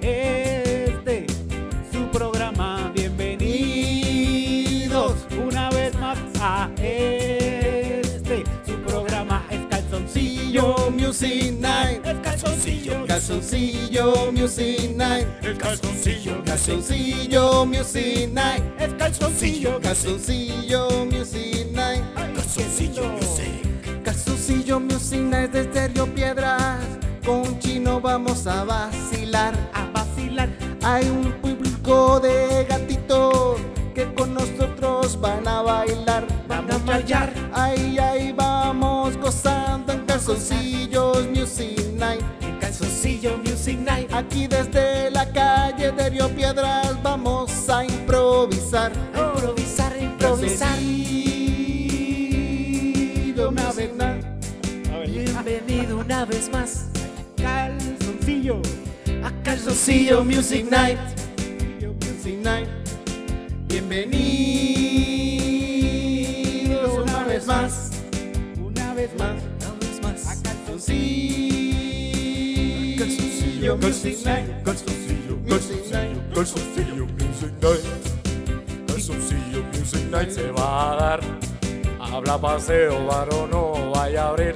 este, a este. Su programa es Calzoncillo Music Night. El calzoncillo, Calzoncillo Music Night. el calzoncillo, Calzoncillo Music Night. el calzoncillo, Calzoncillo Music Night. el calzoncillo, music. Calzoncillo Music Night de Stereo Piedras. Con Chino vamos a vacilar. A vacilar, Hay un público de gatitos que con nosotros van a bailar. Van a Vamos a bailar. bailar. Ahí, ahí vamos gozando en calzoncillos Music Night. el calzoncillo, music night. Aquí desde la calle de Río Piedras vamos a improvisar. Improvisar, improvisar. Calzoncillo Music Night. Bienvenido una vez más Calzoncillo. a Calzoncillo Music Night. Music Night. Bienvenidos una vez más. Una vez más. Una vez más. Calzoncillo Music Night. Calzoncillo, Music Night. calzoncillo, music night. Calzoncillo, music night se va a dar. Habla paseo, varón, no vaya a abrir.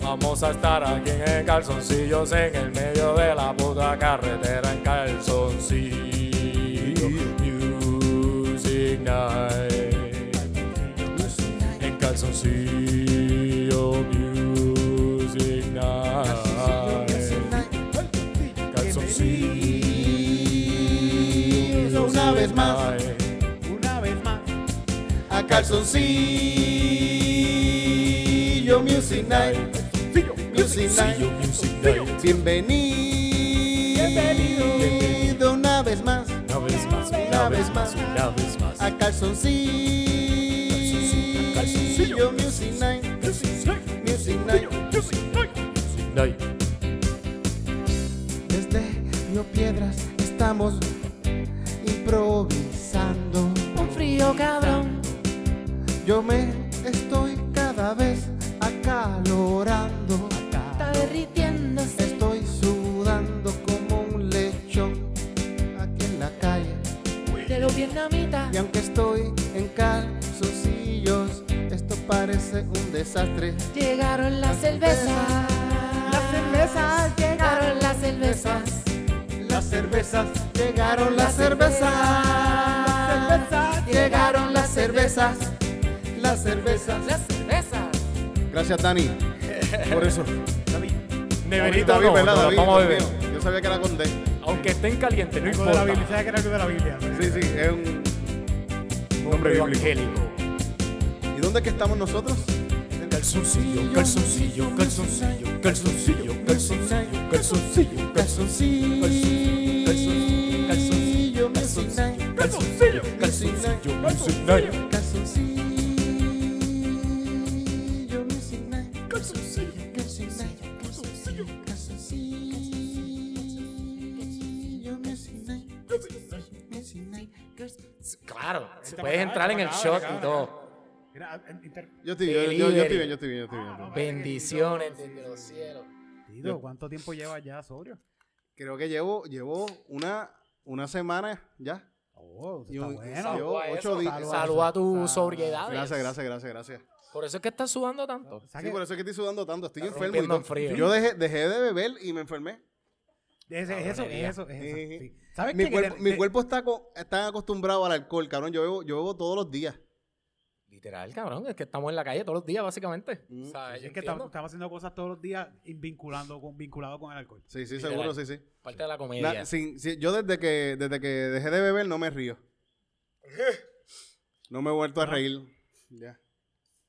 Vamos a estar aquí en calzoncillos, en el medio de la puta carretera, en calzoncillo. Music night. En calzoncillo, music night. Calzoncillo, Una vez más. Una vez más. A Calzoncillo Music Night. Music Calzoncillo, Night. music night. Bienvenido. Bienvenido una vez más. Una vez más, una vez más, una vez más. A Calzoncillo. Calzoncillo. Music Night. Music Night. Music night. Desde Río Piedras estamos improvisando. Un frío cabrón. Yo me estoy cada vez acalorando. está derritiéndose. Estoy sudando como un lechón aquí en la calle. De los vietnamitas, Y aunque estoy en calzoncillos, esto parece un desastre. llegaron las cervezas. Las cervezas, llegaron las cervezas. Las cervezas, llegaron las cervezas. Llegaron las cervezas. Las cervezas. Las cervezas. Gracias, Dani. Por eso. Neverita no, no la vamos a beber. Yo sabía que era con D. Aunque estén calientes, no Algo de la Biblia, importa. ¿sabes que era algo de la Biblia? Sí, sí, es un. Nombre evangélico. ¿Y dónde es que estamos nosotros? Calzoncillo, calzoncillo, calzoncillo, calzoncillo, calzoncillo, calzoncillo, Calzoncillo. Calzoncillo, calzoncillo, calzoncillo, calzoncillo, music night. Calzoncillo. Music Night. Calzoncillo, Calzoncillo. Calzoncillo. Music Night. Music Night. Claro, puedes entrar en el shock y todo. Mira, en- inter- Yo estoy bien, yo, yo- yo estoy bien, yo estoy bien, yo estoy bien. Bendiciones desde los cielos. Tito, ¿cuánto tiempo lleva ya sobrio? Creo que llevo, llevo una, una semana ya. Oh, eso Y está un- bueno. yo- Saluda ocho días. eso, Saluda a tu Saluda. sobriedad. Gracias, gracias, gracias, gracias. Por eso es que estás sudando tanto. O sea Sí, que por eso es que estoy sudando tanto, estoy Está enfermo. y rompiendo todo. en frío. Yo dejé, dejé de beber y me enfermé. es, es eso, es eso, es eso. Eh, sí. ¿Sabes Mi, qué? Que cuerpo- te- mi te- cuerpo está, co- está acostumbrado al alcohol, cabrón. Yo bebo, yo bebo todos los días. Literal, cabrón. Es que estamos en la calle todos los días, básicamente. Mm. O sea, Es yo que estamos, entiendo. estamos haciendo cosas todos los días y vinculando con, vinculado con el alcohol. Sí, sí, Literal. seguro, sí, sí. Parte de la Na- comedia. sin- sin- yo desde que, desde que dejé de beber no me río. No me he vuelto a reír. Ya.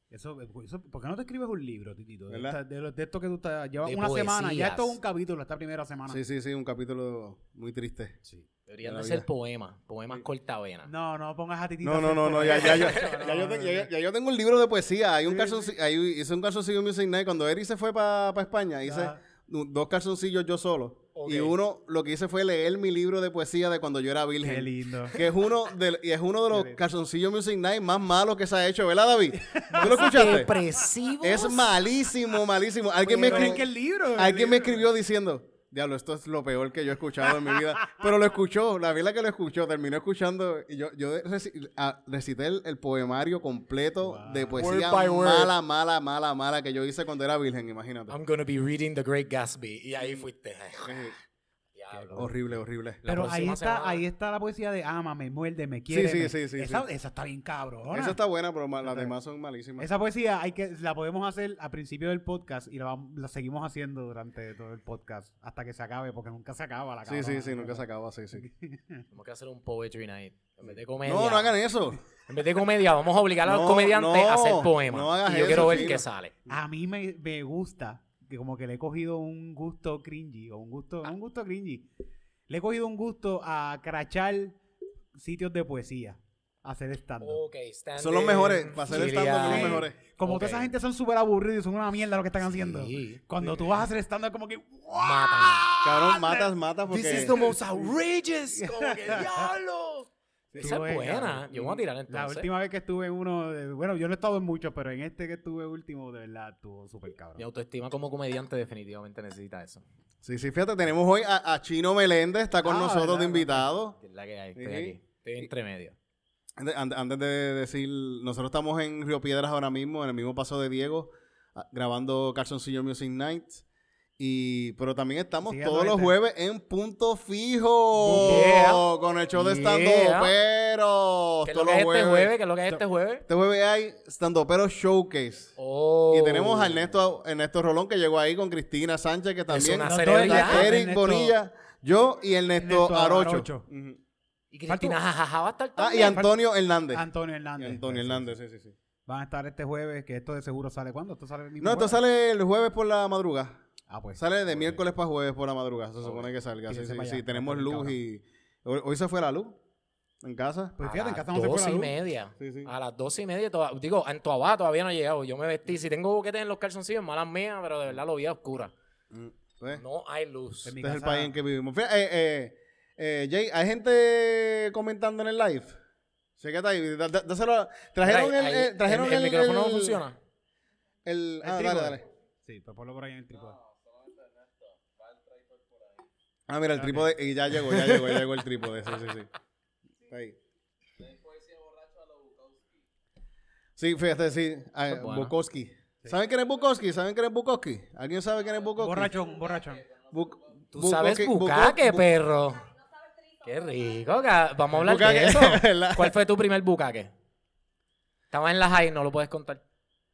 Eso, eso- ¿Por qué no te escribes un libro, Titito? De, ¿Verdad? esta- de, lo- de esto que tú estás, llevas De una semana, ya poesías. esto es un capítulo, esta primera semana. Sí, sí, sí, un capítulo muy triste. Sí. Deberían de de la ser vida. poemas. Poemas cortavena. No, no pongas a Titito. No, no, no, no, ya, ya, yo- ya yo, te- ya- ya yo tengo un libro de poesía. Hay un calzoncillo, hice un calzoncillo Music Night. Cuando Eric se fue para España, hice Ajá. du- dos calzoncillos yo solo. Ok. Y uno, lo que hice fue leer mi libro de poesía de cuando yo era Qué virgen. lindo. Que es uno, de, y es uno de los Qué lindo. calzoncillos Music Night más malos que se ha hecho, ¿verdad, David? ¿Tú lo escuchaste? Depresivos. Es malísimo, malísimo. Alguien me, Pero es escri- que el libro. el alguien me libro. escribió diciendo, Diablo, esto es lo peor que yo he escuchado en mi vida. Pero lo escuchó, la vela que lo escuchó, terminó escuchando. Y yo, yo reci- a- recité el, el poemario completo de Word poesía by word. mala, mala, mala, mala que yo hice cuando era virgen, imagínate. I'm gonna be reading The Great Gatsby. Y ahí fuiste. Ah, Diablo. Horrible, horrible. La Pero ahí próxima está, semana. ahí está la poesía de ámame, muerde, me quiere. sí, me- sí, sí, Esa, sí. esa está bien cabrona. Esa está buena, pero ma- las Está bien. demás son malísimas. Esa poesía hay que, la podemos hacer al principio del podcast y la, vam- la seguimos haciendo durante todo el podcast hasta que se acabe, porque nunca se acaba la Sí, sí, cabrona. sí, nunca se acaba, sí, sí. Tenemos que hacer un poetry night. En vez de comedia. No, no hagan eso. En vez de comedia, vamos a obligar a los No, comediantes no, a hacer poemas. no hagas y yo eso, quiero ver chino. qué sale. A mí me, me gusta, que como que le he cogido un gusto cringy, o un Ah. gusto, un gusto cringy. Le he cogido un gusto a crachar sitios de poesía, hacer stand Oh, Son los mejores. Para hacer stand-up son los Sí. mejores. Como toda esa gente son súper aburridos y son una mierda lo que están haciendo. Sí. Cuando tú vas a hacer stand-up como que... ¡guau! Matan. Cabrón, matas, matas porque... This is the most outrageous. Como que diablo. Esa Tú ves, es buena. cabrón. Yo me voy a tirar ah, La entonces. última vez que estuve en uno, de- bueno, yo no he estado en muchos, pero en este que estuve último, de verdad, estuvo súper cabrón. Mi autoestima como comediante definitivamente necesita eso. Sí, sí, fíjate, tenemos hoy a, a Chino Meléndez, está con Ah, nosotros verdad, de verdad. invitado. Es la que hay. Estoy Sí. aquí. Estoy entre medio. Ante- ante- Antes de decir, nosotros estamos en Río Piedras ahora mismo, en el mismo paso de Diego, a- grabando Calzoncillo Music Night. Y, pero también estamos Sigue todos los adelante. jueves en punto fijo Yeah. con el show de Yeah. stand pero ¿Qué es lo todos que es los este jueves. jueves? ¿Qué es lo que es este jueves? Este jueves hay stand pero showcase. Oh. Y tenemos a Ernesto, Ernesto Rolón que llegó ahí con Cristina Sánchez que también. una Está celebridad. Ernesto- Eric Bonilla, yo y Ernesto, Ernesto Arocho. Arocho. Ujú. Y Cristina jajaja va a estar Ah, y también. Antonio Hernández. Antonio Hernández. Antonio Hernández, sí, sí, sí. Van a estar este jueves, que esto de seguro sale cuándo? Esto sale el mismo No, esto jueves? sale el jueves por la madrugada. Ah, pues. Sale de miércoles para jueves por la madrugada. Se supone que salga. Sí, Fíjense sí, para sí. allá, Tenemos está bien, luz y. Hoy hoy se fue la luz en casa. Pues A fíjate, en las casa no se fue la y luz. media. Sí, sí. A las dos y media. toda- digo, en Toabá todavía no he llegado. Yo me vestí. Si tengo boquetes en los calzoncillos, malas mías, pero de verdad lo vi a oscura. Pues, No hay luz. En mi este es el casa- país en que vivimos. Fíjate, eh, eh, eh, Jay, hay gente comentando en el live. Chequete ahí. da- da- dáselo a- Trajeron Mira, el. ahí- eh, trajeron el, el micrófono no el- funciona. el- ah, trípode. dale, dale. Sí, pues ponlo por ahí en el trípode. Ah, mira, el trípode. Y ya llegó, ya llegó, ya llegó el trípode. Sí, sí, sí. Está ahí. Sí, fíjate, sí. ah, es bueno. Bukowski. ¿Saben quién es Bukowski? ¿Saben quién es Bukowski? ¿Alguien sabe quién es Bukowski? Borrachón, borrachón. Buk- Tú Bukowski- sabes Bukowski- bucaque, Bu- perro. Qué rico. ca- Vamos a hablar Bucaque, de eso. ¿verdad? ¿Cuál fue tu primer bucaque? Estabas en la high, no lo puedes contar.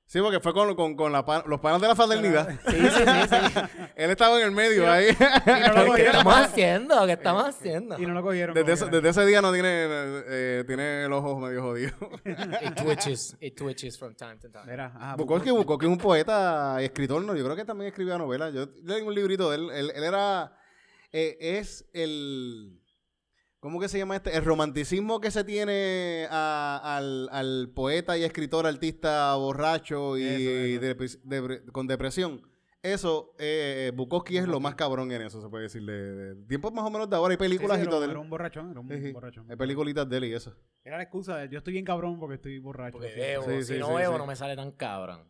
Sí, porque fue con, con, con la pan- los panos de la fraternidad. Sí, sí, sí. sí. Él estaba en el medio ahí. Y no lo ¿Qué cogieron. estamos haciendo? ¿Qué estamos Eh, haciendo? Y no lo cogieron. Desde como ese, quiera. desde ese día no tiene, eh, tiene el ojo medio jodido. It twitches. It twitches from time to time. Mira, ajá, Bukowski, Bukowski es un poeta y escritor, ¿no? Yo creo que también escribía novelas. Yo leí un librito de él. Él, él era... eh, es el... ¿Cómo que se llama este? El romanticismo que se tiene a- al, al poeta y escritor, artista borracho y Eso, depres- depre- con depresión. Eso, eh, Bukowski es lo más cabrón en eso, se puede decir. De, de- tiempos más o menos de ahora. Hay Sí, sí, películas era, y todo. de era él. un borrachón, era un Sí, sí. borrachón. Hay peliculitas de él y eso. Era la excusa de yo estoy bien cabrón porque estoy borracho. Porque sí. bebo. Sí, si sí, no sí, bebo, sí. no me sale tan cabrón.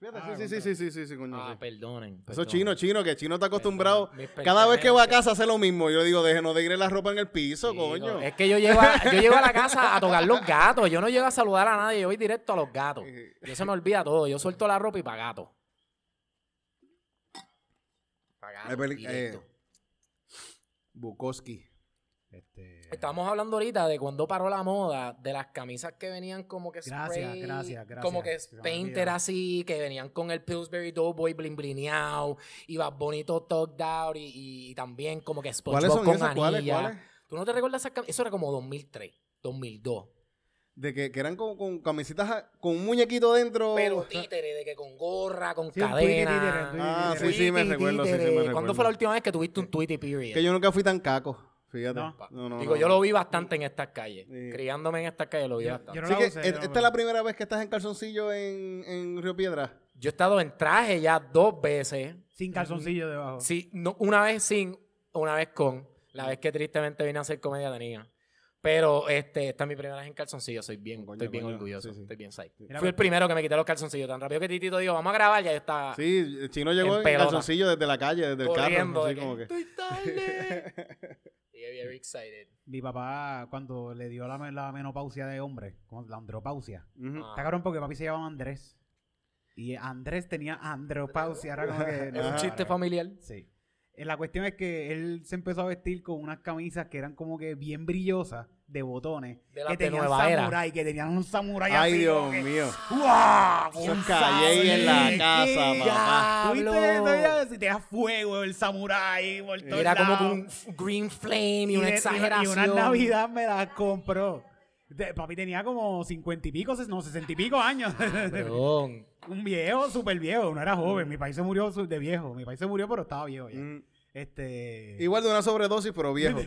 Fíjate, Ah, sí, sí, contra. sí, sí, sí, sí, coño, Ah, sí. perdonen. Eso perdonen. chino, chino, que chino está acostumbrado. Mis Cada vez que va a pertenencias. casa hace lo mismo. Yo le digo, déjenos de ir la ropa en el piso, coño. Digo, Es que yo llego, a, yo llego a la casa a tocar los gatos. Yo no llego a saludar a nadie. Yo voy directo a los gatos. Yo se me olvida todo. Yo suelto la ropa y pa' gato. Pa' gato, Hay peli- directo. eh, Bukowski. Este, Estábamos hablando ahorita de cuando paró la moda de las camisas que venían como que Gracias, spray, gracias, gracias. Como que Se me painter olvidó. así, que venían con el Pillsbury Doughboy blin blineado y Bad bonito Talk Out y, y también como que SpongeBob ¿Cuáles son con esas? ¿Cuáles? anilla. ¿Cuáles? ¿Tú no te recuerdas esas camisas? Eso era como 2003, 2002. De que, que eran con, con camisetas a- con un muñequito dentro. Pero títere, de que con gorra, con Sí, un tweety títere, tweety cadena. ah, sí, Tweety, sí, me recuerdo, sí, sí, me títere. recuerdo. ¿Cuándo fue la última vez que tuviste un tweety period? Que yo nunca fui tan caco. Fíjate. No. No, no, Digo, no. yo lo vi bastante en estas calles. Sí. Criándome en estas calles lo vi bastante. yo no Así la que, usé, ¿est- yo no ¿esta la es la primera vez que estás en calzoncillo en, en Río Piedra? Yo he estado en traje ya dos veces. Sin calzoncillo debajo. Sí, no, una vez sin, una vez con. La vez que tristemente vine a hacer comedia tenía. Pero este, esta es mi primera vez en calzoncillo. Soy bien, Coño, estoy bien coño. orgulloso. Sí, sí. Estoy bien psych. Mira, pues, Fui el pero- primero que me quité los calzoncillos. Tan rápido que Titito dijo, vamos a grabar, ya yo estaba Sí, el chino llegó Ah. En en, pelota. calzoncillo desde la calle, desde el corriendo. carro. de Así que, como que. Estoy tarde. Llegué very excited. Mi papá, cuando le dio la, la menopausia de hombre, como la andropausia, Ujú. Ah. está cabrón porque papi se llamaba Andrés. Y Andrés tenía andropausia. Era como que, Es un Ah, no, chiste cabrón. familiar. Sí. Eh, La cuestión es que él se empezó a vestir con unas camisas que eran como que bien brillosas, de botones, De las que de tenían nueva era. samurái, que tenían un samurái Ay, así. Dios como que, mío. ¡guau! Eso Un es calle en la samurái. casa, ¡Qué papá. Ah, ¿Tuviste Pablo. eso ya? Si tenías fuego el samurái por todos Era como que lados. un f- green flame y, una de- exageración. Y una Navidad me la compró. De- papi tenía como cincuenta y pico, ses- no, sesenta y pico años. Ah, Perdón. un viejo, súper viejo, no era joven. Mi país se murió su- de viejo. Mi país se murió, pero estaba viejo ya. Mm. Este. Igual de una sobredosis, pero viejo.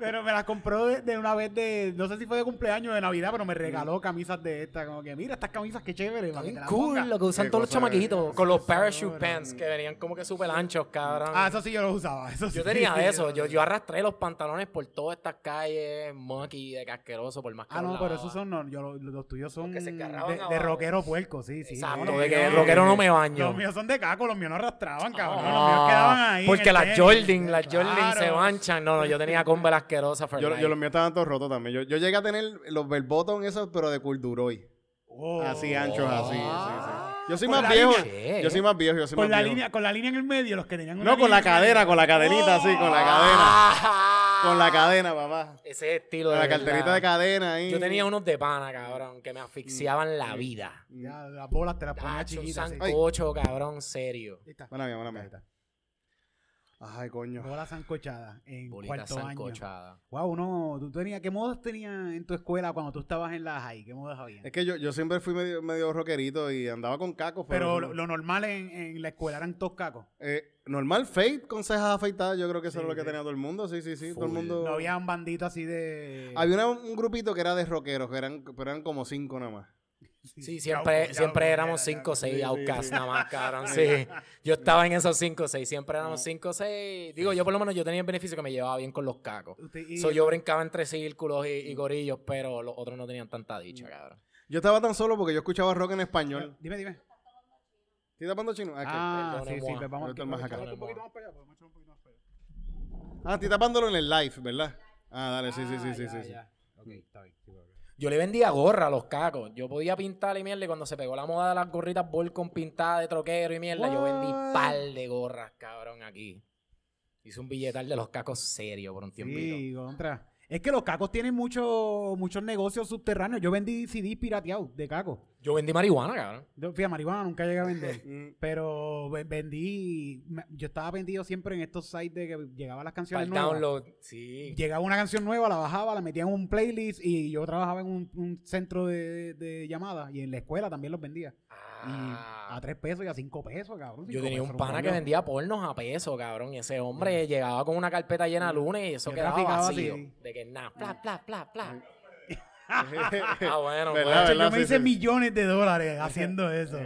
Pero me las compró de, de una vez de, no sé si fue de cumpleaños o de Navidad, pero me regaló camisas de estas, como que, mira, estas camisas qué chévere, para que te las pongas". Mm. Cool, lo que usan Qué todos los cosa, chamaquitos. Con los parachute pants que venían como que súper anchos, cabrón. Ah, eso sí yo los usaba, eso sí. Yo tenía de eso. Yo, yo arrastré los pantalones por todas estas calles, monkey, de casqueroso, por más que Ah, los no, pero lavaba. esos son, no, yo, los, los tuyos son Los de, que se engarraban de abajo. rockero puerco, sí, sí. Exacto, no, de que no, el rockero no me baño. Los míos son de caco, los míos no arrastraban, Ah, cabrón. los míos quedaban ahí. en Porque el las tenis. Jordan, las Jordan Claro. se manchan. No, no, yo tenía comba asquerosa. for yo, life. yo los míos estaban todos rotos también. Yo, yo llegué a tener los belbotón esos, pero de culduroy. Oh. Así anchos, así. sí, sí. Yo soy Por más la viejo. Ah, línea. Yo soy más viejo, yo soy Con más la, viejo. línea, con la línea en el medio, los que tenían una No, con la línea- cadena, con la cadenita, sí, con la cadena. Ah, Con la cadena, papá. Ese estilo Con de la verdad. carterita de cadena ahí. Yo tenía unos de pana, cabrón, que me asfixiaban la vida. Ya, las bolas te las ponía Tacho, un chiquitas. sí. sancocho, cabrón, serio. Ahí está. Buena mía, buena Ahí mía. está. Ay, coño. Bola sancochada en Bolita cuarto año. sancochada. Wow, uno, tú tenías, ¿qué modas tenías en tu escuela cuando tú estabas en la high? ¿Qué modas había? Es que yo, yo siempre fui medio, medio rockerito y andaba con cacos. Pero lo, lo normal en, en la escuela eran todos cacos. Eh, normal, fade con cejas afeitadas. Yo creo que eso Sí, es lo que sí. tenía todo el mundo. Sí, sí, sí. Todo el Full. mundo. No había un bandito así de. Había una- un grupito que era de rockeros, que eran, pero eran como cinco nada más. Sí, ya, siempre, ya, siempre ya, éramos ya, ya. 5 o 6 sí, outcasts sí. nada más, cabrón. Sí. Yo estaba en esos 5 o 6. Siempre éramos 5 o 6. Digo, yo por lo menos yo tenía el beneficio que me llevaba bien con los cacos. Usted- y- So, yo brincaba entre círculos y, y gorillos, pero los otros no tenían tanta dicha, cabrón. Yo estaba tan solo porque yo escuchaba rock en español. Dime, dime. ¿Estoy tapando chino? Ah, ok. Ah, Perdona, sí, sí, Moa. pues vamos Yo estoy más acá. Un poquito más para allá, podemos echar un poquito más para allá. Ah, estoy tapándolo en el live, ¿verdad? Ah, dale, sí, sí, sí, Ah, sí, ya, sí, sí. ya. Ok, está bien. sí, ok. Yo le vendía gorra a los cacos. Yo podía pintar y mierda. Y cuando se pegó la moda de las gorritas bol con pintada de troquero y mierda, yo vendí What? par de gorras, cabrón, aquí. Hice un billetal de los cacos serio por un tiempito. Sí, contra. Es que los cacos tienen mucho- muchos negocios subterráneos. Yo vendí CD pirateados de cacos. Yo vendí marihuana, cabrón. Yo, Fíjate, marihuana nunca llegué a vender. Mm. Pero ve- vendí. me- Yo estaba vendido siempre en estos sites de que llegaban las Para canciones el nuevas. download. Sí. Llegaba una canción nueva, la bajaba, la metía en un playlist y yo trabajaba en un, un centro de, de llamadas y en la escuela también los vendía. Ah. Y a tres pesos y a cinco pesos, cabrón. Yo cinco pues, tenía un pesos, pana que coño. vendía pornos a peso, cabrón. Y ese hombre llegaba con una carpeta llena de lunes y eso Yo quedaba traficaba vacío. así. De que nada, pla, pla, pla, pla. Ah, bueno, bueno. ¿Verdad, Yo ¿verdad? me Sí, hice sí. millones de dólares haciendo eso.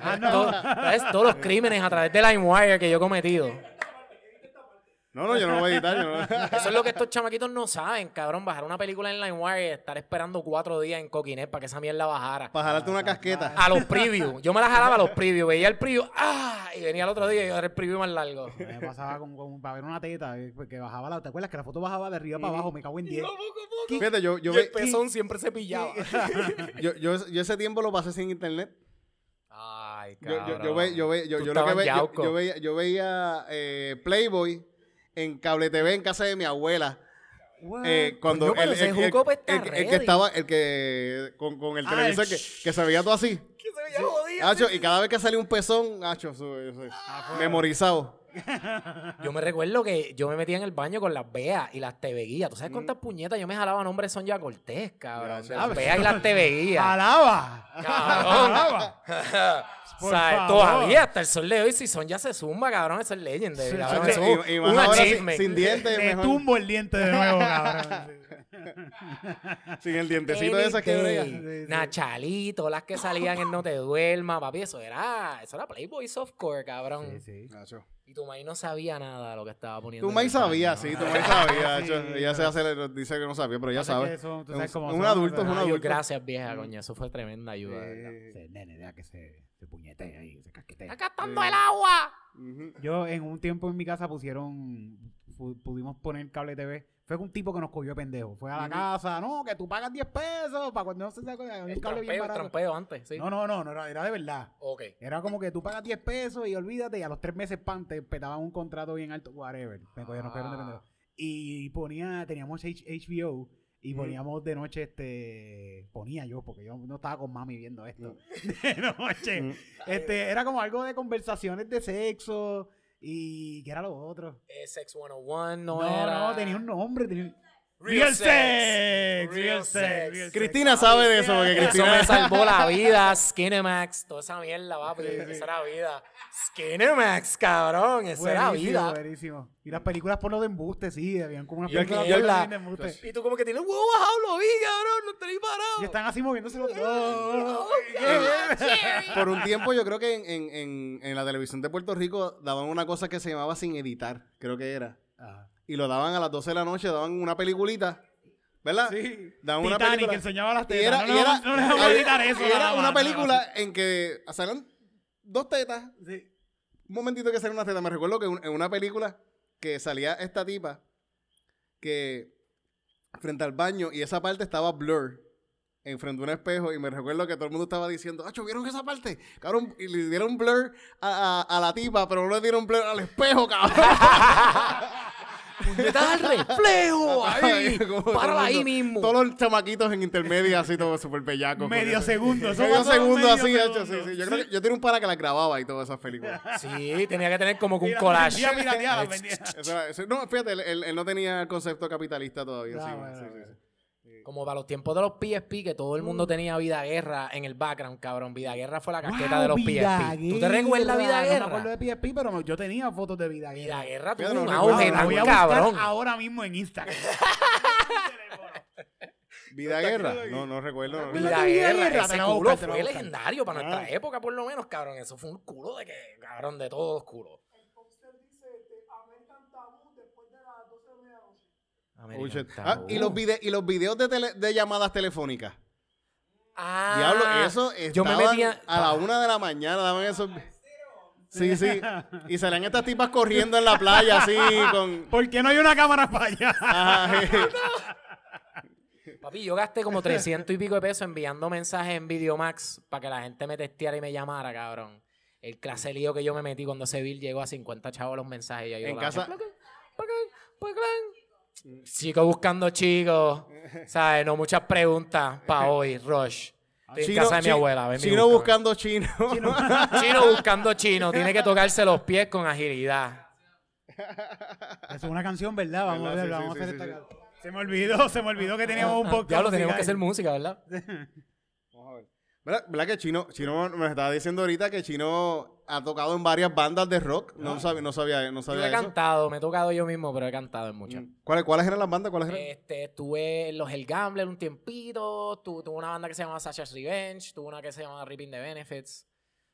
Ah, todo- ¿sabes? todos los crímenes a través de LimeWire que yo he cometido. No, no, yo no lo voy a editar. yo no- Eso es lo que estos chamaquitos no saben, cabrón. Bajar una película en LimeWire y estar esperando cuatro días en Coquinet para que esa mierda bajara. Para jalarte una casqueta. A los previews. Yo me la jalaba a los previews. Veía el preview, ¡ah! Y venía el otro día y era el preview más largo. Me pasaba con, con- para ver una teta eh, que bajaba la. ¿Te acuerdas que la foto bajaba de arriba para abajo? Me cago en 10. Fíjate, yo, yo, Y el ve- pezón siempre se pillaba. yo, yo- yo ese tiempo lo pasé sin internet. Ay, Yo, cabrón. yo, yo, ve- yo, ve- yo, Tú yo lo que estabas ve- yo, yauco. yo veía, yo veía eh, Playboy en cable TV en casa de mi abuela. Ah. Eh, cuando Coño, pero el, ese el- el- jugo está el- el ready. que estaba, el que con, con el Ah, televisor el que, que se veía todo así. Que se veía jodido. Ah, Acho, y cada vez que salía un pezón, acho, eso- eso- memorizado. Yo me recuerdo que yo me metía en el baño con las veas y las TV guías. ¿Tú sabes cuántas puñetas yo me jalaba nombres son ya Cortés, cabrón? Mm. Gracias. De las veas y las TV guías. ¡Alaba! Cabrón. Por O sea, favor. todavía hasta el sol de hoy, si son ya se zumba, cabrón, es el legendary. Sí, cabrón, sí. eso Ah, Y- es y un- más un ahora sin- achievement. sin dientes, Le mejor. tumbo el diente de nuevo, cabrón. Sin el dientecito de esas que Any brega. day. Nachalito, las que salían en No Te Duerma, papi, eso era, eso era Playboy Softcore, cabrón. Sí, sí. Acho. Y tu maíz no sabía nada de lo que estaba poniendo. Tu en maíz el pan, sabía, ¿no? Ah, sí, tu maíz sabía. Sí, hecho, ella pero- se hace, dice que no sabía, pero ya Pasa que sabe. eso, tú Es un- sabes cómo es un son, adulto, es ¿verdad? un Ay, adulto. gracias, vieja, coño. Eso fue tremenda ayuda. de verdad. Eh, Ese nene, deja que se, se puñetee ahí, se casquetee. ¡Está captando el agua! ujú. Yo en un tiempo en mi casa pusieron, pu- pudimos poner cable TV. Fue un tipo que nos cogió de pendejo. Fue a la Ujú. casa, no, que tú pagas 10 pesos para cuando no se saca El el cable bien trampeo, el barato. trampeo antes, sí. No, no, no, no era, era de verdad. Ok. Era como que tú pagas 10 pesos y olvídate, y a los tres meses pan te petaban un contrato bien alto, whatever. Me cogieron, nos cogieron de Ah. pendejo. Y ponía, teníamos H- HBO y Ujú. poníamos de noche este. Ponía yo, porque yo no estaba con mami viendo esto. De noche. Mm. Este, era como algo de conversaciones de sexo y ¿qué era lo otro? Eh, Sex 101 no, No, era. no, tenía un nombre, tenía un- Real sex. Real Real sex. sex. real sex. Cristina sabe de eso, porque Eso me Cristina. salvó la vida, Skinemax, toda esa mierda, papi, esa era vida. Skinemax, cabrón, esa era Buenísimo, vida. buenísimo. Y las películas por los de embuste, sí, habían como unas Y el- películas y el- porno la- bien de embuste. Y tú como que tienes, wow, bajado, lo vi, cabrón, no estoy parado. Y están así moviéndose los dos. Por un tiempo, yo creo que en, en- en- en la televisión de Puerto Rico daban una cosa que se llamaba sin editar, creo que era. Ajá. Y lo daban a las 12 de la noche, daban una peliculita, ¿verdad? Sí. Daban una Titanic película. que enseñaba las Y tetas. era, no, y le era- vamos- no le vamos a había- editar eso. y nada era más, una nada más. película en que salen dos tetas. Sí. Un momentito que salen unas tetas. Me recuerdo que un- en una película que salía esta tipa que frente al baño y esa parte estaba blur enfrente de un espejo y me recuerdo que todo el mundo estaba diciendo, ¡Acho, vieron esa parte! Cabrón, y le dieron blur a, a- a la tipa, pero no le dieron blur al espejo, cabrón. Le das el reflejo, ahí, Como todo el párala ahí mundo- mismo. Todos los chamaquitos en intermedia así, todos súper bellacos. Medio segundo segundo. eso medio pasó en segundo medio así, segundo. hecho, sí, sí. Yo creo que yo tenía un pana que la grababa y todas esas películas. Sí, tenía que tener como que Y un la collage. vendía, mira, tía, la vendía. Eso era- eso- no, fíjate, él, él- él no tenía el concepto capitalista todavía. Ah, sí, bueno, sí, sí, bueno. sí. Como para los tiempos de los PSP, que todo el Mm. mundo tenía Vida Guerra en el background, cabrón. Vida Guerra fue la casqueta de los PSP. ¿Tú te recuerdas Vida No me Guerra? acuerdo de PSP, pero me- yo tenía fotos de Vida Guerra. Vida Guerra Fíjate, tuvo un no auge recuerdo. La voy a tan buscar cabrón. ahora mismo en Instagram. Vida guerra. No, no recuerdo. no recuerdo. Vida Vida Guerra, Guerra, ese te la voy a culo buscar, te la fue voy a buscar. legendario para Ah. nuestra época, por lo menos, cabrón. Eso fue un culo de que, cabrón, de todos los culos. Oh, shit. American Ah, Tabú. y, los vide- y los videos de, tele- de llamadas telefónicas. Ah, Diablo, eso Yo me estaban metía. a la una de la mañana, daban esos... Sí, sí. Y salían estas tipas corriendo en la playa así con... ¿Por qué no hay una cámara para allá? Ajá, Papi, yo gasté como 300 y pico de pesos enviando mensajes en Videomax para que la gente me testeara y me llamara, cabrón. El clase lío que yo me metí cuando ese bill llegó a 50 chavos los mensajes. Y yo En la- casa- plac, plac, plac, plac. Chico buscando chicos. ¿Sabes? No muchas preguntas para hoy, Rush. Estoy en casa de mi chi- abuela. ven y chino búscame. buscando chino. Chino buscando chino. Tiene que tocarse los pies con agilidad. Es una canción, ¿verdad? Vamos a ¿Verdad? ver, Sí, vamos sí, a hacer sí, esta Se me olvidó, se me olvidó que teníamos un Ah, podcast. Diablo, tenemos que hacer musical. música, ¿verdad? ¿Verdad, verdad que Chino, Chino nos estaba diciendo ahorita que Chino ha tocado en varias bandas de rock? No, sabía, no sabía, no Yo sabía he eso. cantado, me he tocado yo mismo, pero he cantado en muchas. Mm. ¿Cuáles, ¿Cuáles eran las bandas? ¿Cuáles eran? Este, estuve en los El Gambler un tiempito, tu- tuve una banda que se llamaba Sasha's Revenge, tuve una que se llamaba Ripping the Benefits.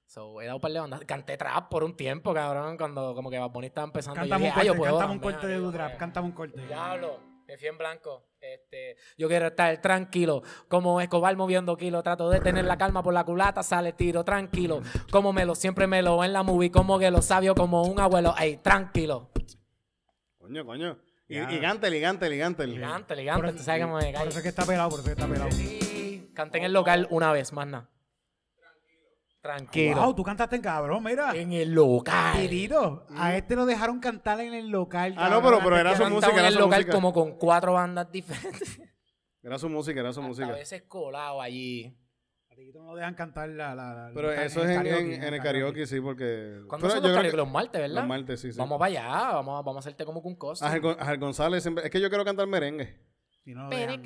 So, he dado un par de bandas. Canté trap por un tiempo, cabrón, cuando como que Bad Bunny estaba empezando. yo Cantamos un dije, ah, yo corte, puedo cantamos un también, corte de amigo, Dudrap, pues. cantamos un corte. Diablo, me fui en blanco. Este, yo quiero estar tranquilo, como Escobar moviendo kilo. Trato de tener la calma por la culata, sale tiro tranquilo. Como me lo siempre me lo en la movie, como que lo sabio, como un abuelo. Ey, tranquilo. Coño, coño. Y, Ya. y Gánteli, Gánteli, Gánteli. Gigante, gigante, pues, tú sabes que me Por callo. eso es que está pelado, por eso es que está pelado. Sí, Canté en el local una vez, más nada. Tranquilo. Wow, tú cantaste en cabrón, mira. En el local. Tirito, Mm. a este lo dejaron cantar en el local. Ah, no, cabrón, pero, pero antes era que su Yo no- música, cantaba en era el su local música. como con cuatro bandas diferentes. Era su música, era su A música. veces colado allí. A Tirito no lo dejan cantar la... la- la- Pero ca- eso es en, en- karaoke, en el karaoke, sí, porque... ¿Cuándo son Pero yo los creo que- karaoke? Los martes, ¿verdad? Los martes, sí, Ah, sí. Vamos para allá, vamos, a- vamos a hacerte como que un costo. Ángel, Gon- Ángel González, siempre- es que yo quiero cantar merengue. Si no lo dejan.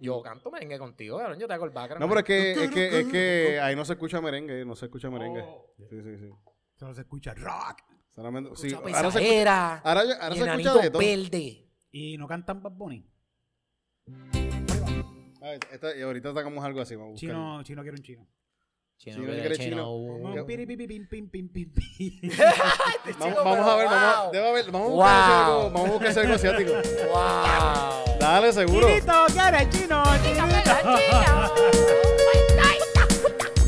Yo canto merengue contigo, cabrón. Yo te hago el background. No, pero es que, es que, es que ahí no se escucha merengue, no se escucha merengue. Oh. Sí, sí, sí. Solo se escucha rock. Solamente- sí, Escucha ahora se, escu- pesadera, ahora ya- ahora se escucha enanito de todo. verde. Y no cantan Bad Bunny. Ah, esta- y ahorita sacamos algo así, vamos a buscar. Chino, chino quiere un chino. Chino, Chino, que que era chino. chino, uh, Como Yo- piri, pi, pi, pim, pim, pim, pim, pim. Vamos, vamos a ver, vamos, a- debe haber- vamos a buscar Wow. algo, vamos a buscar algo asiático. ¡Wow! Dale, seguro. Chinito, ¿qué eres, chino?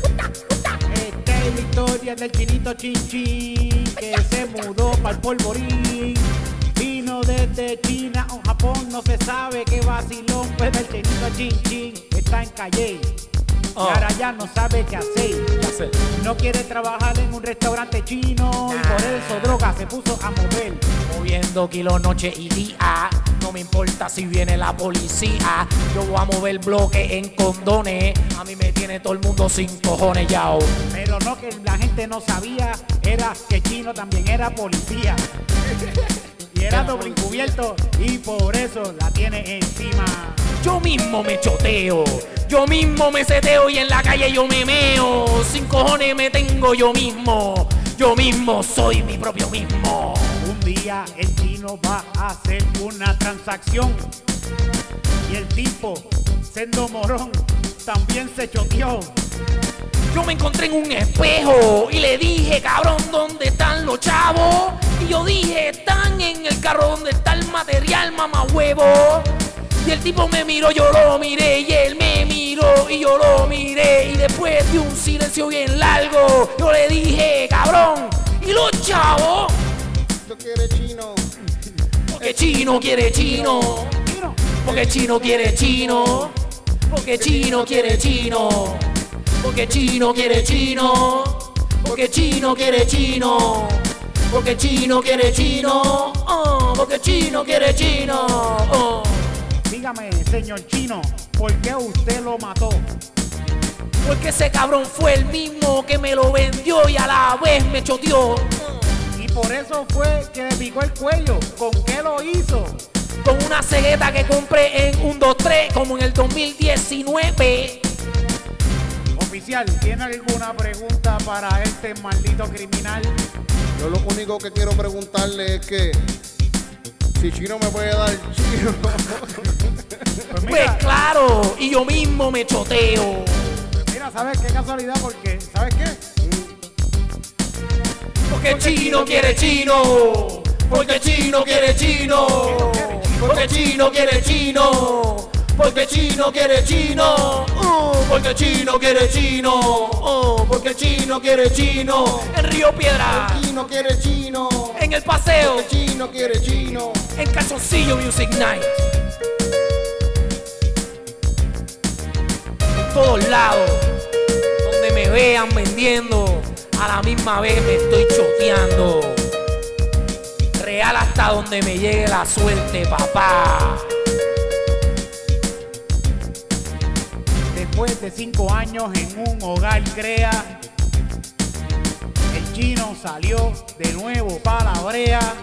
Esta es la historia del chinito Chinchín que se mudó para el polvorín. Vino desde China o Japón, no se sabe qué vacilón, pero el chinito Chinchín está en calle. Y Oh. ahora ya no sabe qué hacer. Ya sé. No quiere trabajar en un restaurante chino y por eso droga se puso a mover. Moviendo kilo noche y día. No me importa si viene la policía. Yo voy a mover bloque en condones. A mí me tiene todo el mundo sin cojones, yao. Pero no que la gente no sabía era que Chino también era policía. Y era doble encubierto y por eso la tiene encima. Yo mismo me choteo. Yo mismo me seteo y en la calle yo me meo. Sin cojones me tengo yo mismo. Yo mismo soy mi propio mismo. Un día el chino va a hacer una transacción y el tipo, siendo morón, también se choteó. Yo me encontré en un espejo y le dije, cabrón, ¿dónde están los chavos? Y yo dije, están en el carro donde está el material, mamá huevo. Y el tipo me miró, yo lo miré, y él me miró y yo lo miré. Y después de un silencio bien largo, yo le dije, cabrón, ¿y los chavos? Yo quiero chino. Porque chino quiere chino. Porque chino quiere chino. Porque chino quiere chino. Porque chino quiere chino. Porque chino quiere chino. Porque chino quiere chino. Oh, porque chino quiere chino. Oh. Dígame, señor chino, ¿por qué usted lo mató? Porque ese cabrón fue el mismo que me lo vendió y a la vez me choteó. Y por eso fue que le picó el cuello. ¿Con qué lo hizo? Con una cegueta que compré en un 2-3 como en el 2019. Oficial, ¿tiene alguna pregunta para este maldito criminal? Yo lo único que quiero preguntarle es que si chino me puede dar chino. Pues Pues mira, claro, y yo mismo me choteo. mira, ¿sabes qué casualidad? Porque, ¿sabes qué? Porque chino quiere chino. Porque chino quiere chino. Porque chino quiere chino. Porque chino quiere chino. Uh, porque chino quiere chino. Uh, porque chino quiere chino. En Río Piedra. Chino quiere chino. En el paseo. Chino quiere chino. En Calzoncillo Music Night. En todos lados. Donde me vean vendiendo. A la misma vez me estoy choteando. Real hasta donde me llegue la suerte, papá. Después de cinco años en un hogar crea, el chino salió de nuevo para la brea.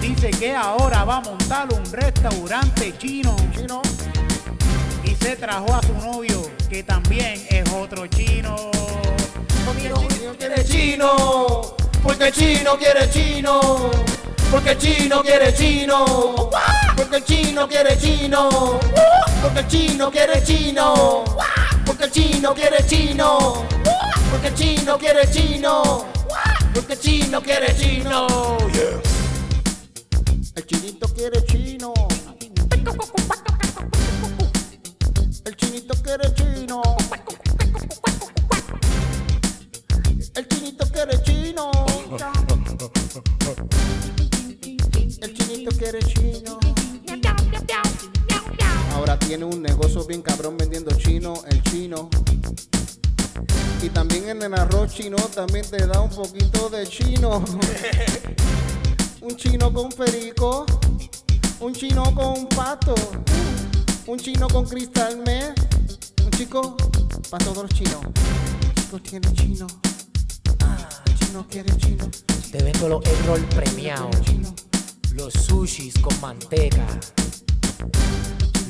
Dice que ahora va a montar un restaurante chino. Chino. Y se trajo a su novio, que también es otro chino. quiere chino, porque chino quiere chino, porque chino quiere chino, porque chino quiere chino, porque chino quiere chino, porque chino quiere chino, porque chino quiere chino, porque chino quiere chino. El chinito quiere chino. El chinito quiere chino. El chinito quiere chino. El chinito quiere chino. Ahora tiene un negocio bien cabrón vendiendo chino, el chino. Y también en el arroz chino también te da un poquito de chino. Un chino con perico, un chino con pato, un chino con cristal me, un chico para todos los chinos. El chico tiene chino, Ah, el chino quiere chino, Te vendo los egg premiados, chino. los sushis con manteca,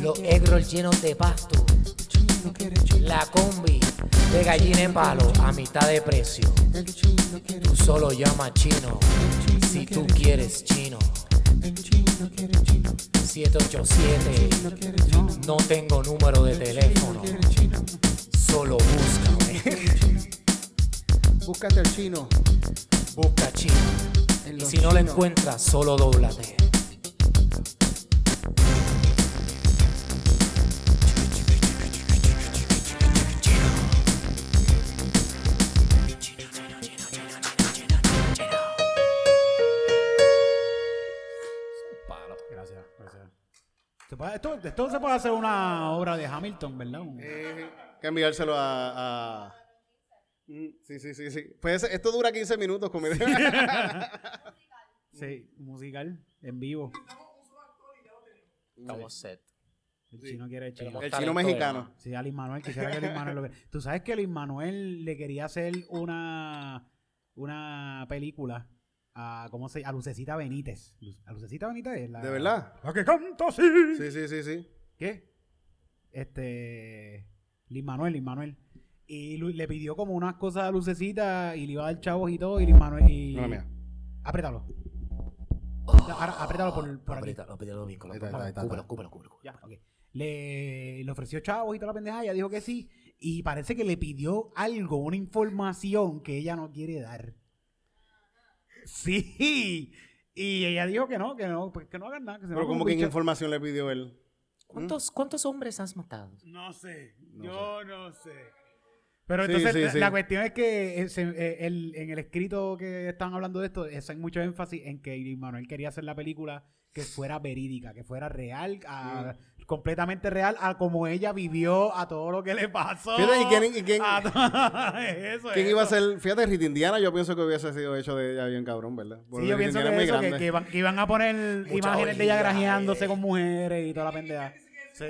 los egg llenos de pasto. El chino quiere chino, La combi de gallina en palo a mitad de precio. el chino quiere Tú solo llama chino si tú quieres chino. el chino quiere chino, 787, el chino quiere chino, no tengo número de teléfono. el chino Solo búscame. Búscate al chino. Busca chino. En Y los si no la chinos. encuentras, solo dóblate. Gracias, gracias. Se puede- Esto, esto se puede hacer una obra de Hamilton, ¿verdad? Un- Eh, que enviárselo a. a- Mm, Sí, sí, sí, sí. Pues esto dura 15 minutos, comedia. Sí, musical, en vivo. Estamos set. El chino quiere el chino. Tenemos El talento chino mexicano. Sí, a Luis Manuel, quisiera que Luis Manuel lo viera. Tú sabes que Luis Manuel le quería hacer una, una película a, ¿cómo se, a Lucecita Benítez. Lu- A Lucecita Benítez es la... ¿De verdad? La que canta así. Sí, sí, sí, sí. ¿Qué? Este. Luis Manuel, Luis Manuel. Y Lu- le pidió como unas cosas a Lucecita y le iba a dar chavos y todo. Y Luis Manuel. Y... No la mía. Apriétalo. Ahora, apriétalo por, por aquí. Apriétalo, apriétalo bien, con la Ahí está, palma. ahí está, ahí está. Cúbrelo, cúbrelo, cúbrelo. Ya, ok. Le, le ofreció chavos y toda la pendeja. Ella dijo que sí. Y parece que le pidió algo, una información que ella no quiere dar. Sí. Y ella dijo que no, que no, pues que no hagan nada. Que se Pero va como con que en bicho. información le pidió él. ¿Cuántos, ¿Cuántos hombres has matado? No sé, No yo no sé. Pero Sí, entonces sí, la- sí. la cuestión es que eh, se- eh, el- en el escrito que están hablando de esto, es, hay mucho énfasis en que Luis Manuel quería hacer la película que fuera verídica, que fuera real, a- completamente real, a como ella vivió, a todo lo que le pasó. Fíjate, ¿y quién- y quién- a to- eso, ¿Quién iba a eso. ser? Fíjate, Rita Indiana, yo pienso que hubiese sido hecho de ella bien cabrón, ¿verdad? Porque Sí, yo Rita pienso Indiana que, es eso, que, muy grande. que iban, que iban a poner Mucha imágenes de ella orgía, grajeándose eh. con mujeres y toda la pendeja. Sí.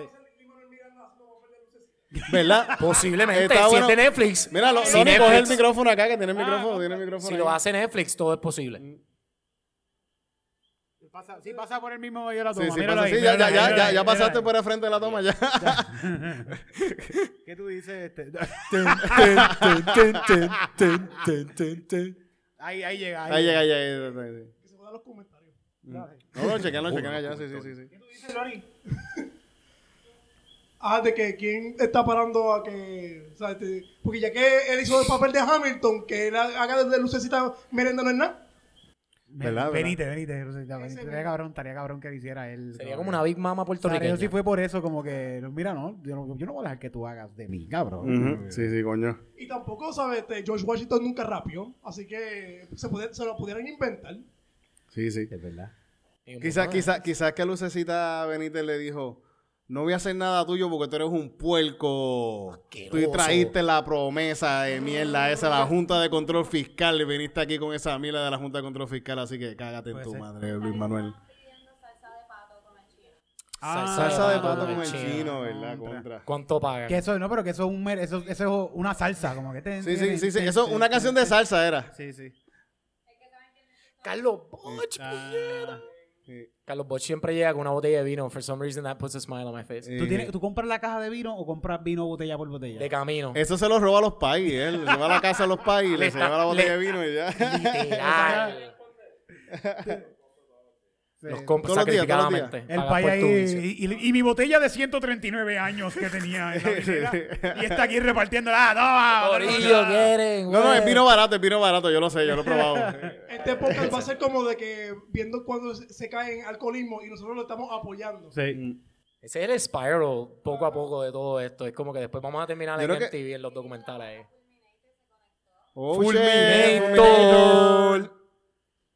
¿Verdad? Posiblemente, Está si bueno. es de Netflix. Mira, lo, Si Loni, coge el Netflix- micrófono acá, que Ah, tiene el micrófono, tiene el micrófono. Si ahí. lo hace Netflix, todo es posible. Pasa, sí, pasa por el mismo yo la Sí, toma. sí, míralo ahí, pasa- sí, ya, míralo ya, ahí, ya, míralo ya, ahí, ya míralo pasaste ahí. por el frente de la toma, ya. ¿Qué tú dices? Este? ahí, ahí llega. Ahí llega, ahí llega. ahí llega, ahí llega. los comentarios. No, lo chequean, lo chequean allá, sí, sí, sí. sí. Ah, de que quién está parando a que. o sea, este, porque ya que él hizo el papel de Hamilton, que él haga de lucecita merenda no es nada. ¿Verdad, verdad? Venite, venite. Rosita, venite. Estaría cabrón, estaría cabrón que lo hiciera él. Sería cabrón. como una Big Mama O sea, puertorriqueña. Yo sí fue por eso, como que, no, mira, no yo, no, yo no voy a dejar que tú hagas de mí, cabrón. Ujú, Sí, sí, coño. Y tampoco, ¿sabes? Este, George Washington nunca rapió, así que se, puede- se lo pudieran inventar. Sí, sí. Es verdad. Y un Quizás montón de- quizá, quizá que Lucecita Benítez le dijo, no voy a hacer nada tuyo porque tú eres un puerco. Asqueroso. Tú traíste la promesa de mierda esa, la Junta de Control Fiscal, y viniste aquí con esa mierda de la Junta de Control Fiscal, así que cágate en Puede tu ser. madre, Luis Manuel. Salsa Ah, Salsa de de pato pato con el con chino, ¿verdad? Contra. Contra. ¿Cuánto pagan? Que eso, no, pero que eso es un, mer- eso, eso es una salsa, como que te. Sí, sí, sí, sí. Eso, una canción de salsa era. Sí, sí. Carlos Boch. Ah. Sí. Carlos Boch siempre llega con una botella de vino. For some reason that puts a smile on my face. ¿Tú, Eh, tienes, ¿Tú compras la caja de vino o compras vino botella por botella? De camino. Eso se lo roba a los pais, él. Se va a la casa a los pais, Le le se lleva la está- botella le- de vino y ya. Literal. Los compro Todos los días, todos los días. sacrificadamente. El Pagas país por tu vicio. ahí. Y, y- y mi botella de 139 años que tenía. en la nevera, y está aquí repartiéndola. ¡Ah, toma! Corillo, quieren. No, no, güey. es vino barato, es vino barato, yo lo sé, yo lo he probado. Este podcast va a ser como de que viendo cuando se, se cae en alcoholismo y nosotros lo estamos apoyando. Mm. Ese es el spiral poco a poco de todo esto. Es como que después vamos a terminar Yo en creo que- MTV en los documentales. ahí. Oh, Fulminator. shit, Fulminator.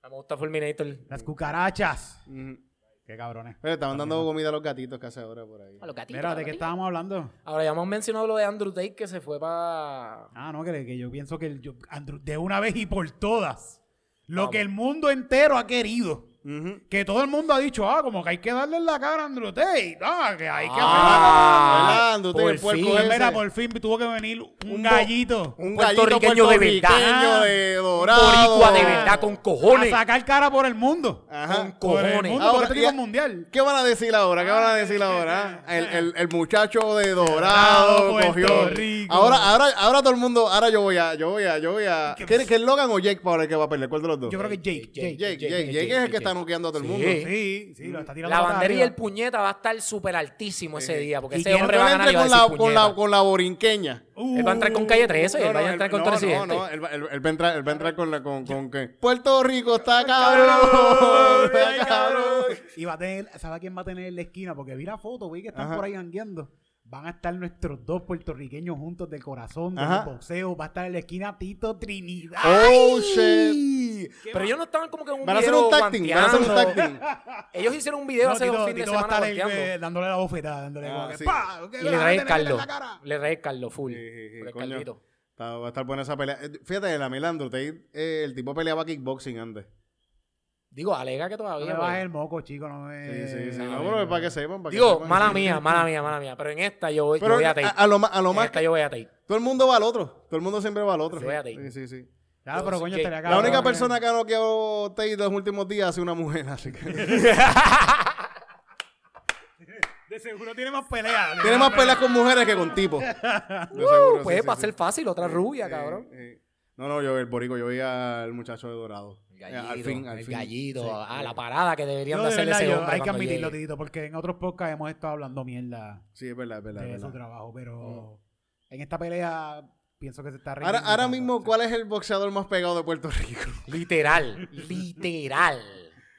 Me gusta Fulminator. Las cucarachas. Ujú. Qué cabrones. Pero estaban dando comida a los gatitos casi ahora por ahí. A los gatitos, Mira, a ¿de los qué gatitos. estábamos hablando? Ahora ya hemos mencionado lo de Andrew Tate que se fue para... Ah, no, que, que yo pienso que el- yo- Andrew, de una vez y por todas, lo que el mundo entero ha querido. Ujú. Que todo el mundo ha dicho, ah, como que hay que darle en la cara a Andrew Tate. Ah, que hay que Ah, ¿verdad? Usted, por el puerco fin. hacerle- ese. Mira, por fin tuvo que venir un, Un bo- gallito. Un puertorriqueño gallito de puertorriqueño verdad. de dorado. Boricua de verdad, con cojones. A sacar cara por el mundo. Ajá. Con Por el cojones. mundo, Ahora, por este tipo ya- de mundial. ¿Qué van a decir ahora? ¿Qué van a decir ahora? El, el, el muchacho de dorado Dorado, Puerto cogió. Rico. Ahora, ahora, ahora todo el mundo, ahora yo voy a, yo voy a, yo voy a. ¿Qué, que es Logan o Jake Paul el que va a perder? ¿Cuál de los dos? Yo creo que Jake. Jake, Jake. Jake, Jake, Jake, es el que está noqueando a todo el Sí. mundo. Sí, sí, lo está tirando La para bandera y arriba. el puñeta va a estar súper altísimo ese día, porque Y ese quiero hombre Pero va a él ganar y entre va a decir con la, con, puñeta. la, con la borinqueña. Uh, Él va a entrar con Calle ¿eh? 13 y él no, va no, a entrar él- con no, no, No, Residente. no, él, va- él- él va a entrar, él va a entrar con, la, con, con que Puerto Rico está cabrón, está cabrón. Y va a tener, ¿sabe quién va a tener en la esquina? Porque vi la foto, vi que están Ajá. por ahí jangueando. Van a estar nuestros dos puertorriqueños juntos del corazón, del Ajá. boxeo. Va a estar en la esquina Tito Trinidad. Oh, shit. Pero ellos no estaban como que en un Van a hacer video un tag team, van a hacer un guanteando. tag team. Ellos hicieron un video No, hace Tito, dos fines Tito de va a semana estar ahí, eh, guanteando. dándole la bofetada. Dándole Ah, como que, sí. ¡pa! que Y la le gente trae me quita en Carlos. la cara. Le trae Carlos full. Sí, sí, sí, Porque coño. Carlito. Está- va a estar buena esa pelea. Eh, Fíjate, la Melandro, eh, el tipo peleaba kickboxing antes. Digo, alega que No todavía. me pues. bajes el moco, chico. No me... Sí, sí, sí. No, Eh, no, pero es para que sepan. para que Digo, sepan. mala mía, mala mía, mala mía. Pero en esta yo, voy- yo Pero voy a a, Tate. a lo más, a lo En más esta yo voy a Tate. todo el mundo va al otro. Todo el mundo siempre va al otro. Voy a ti. Sí, sí, sí. Claro, pero coño, Jake. estaría La cabrón, única eh. persona que ha noqueado Tate en los últimos días ha sido una mujer, así que... De seguro tiene más peleas. Tiene más peleas con mujeres que con tipos. De seguro, sí, Pues sí, va a sí. ser fácil, otra rubia, Eh, cabrón. eh. No, no, yo el borico, yo vi al muchacho de Dorado. El Eh, al fin, al el fin. gallito, Sí. ah, la parada que deberían Yo, de de hacerle verdad, ese yo- hombre hay que cuando admitirlo, llegue. Tito, porque en otros podcasts hemos estado hablando mierda Sí, es verdad, es verdad. es de verdad. su trabajo, pero en esta pelea pienso que se está Ahora, ahora reivindicando. mismo, ¿cuál es el boxeador más pegado de Puerto Rico? Literal, literal.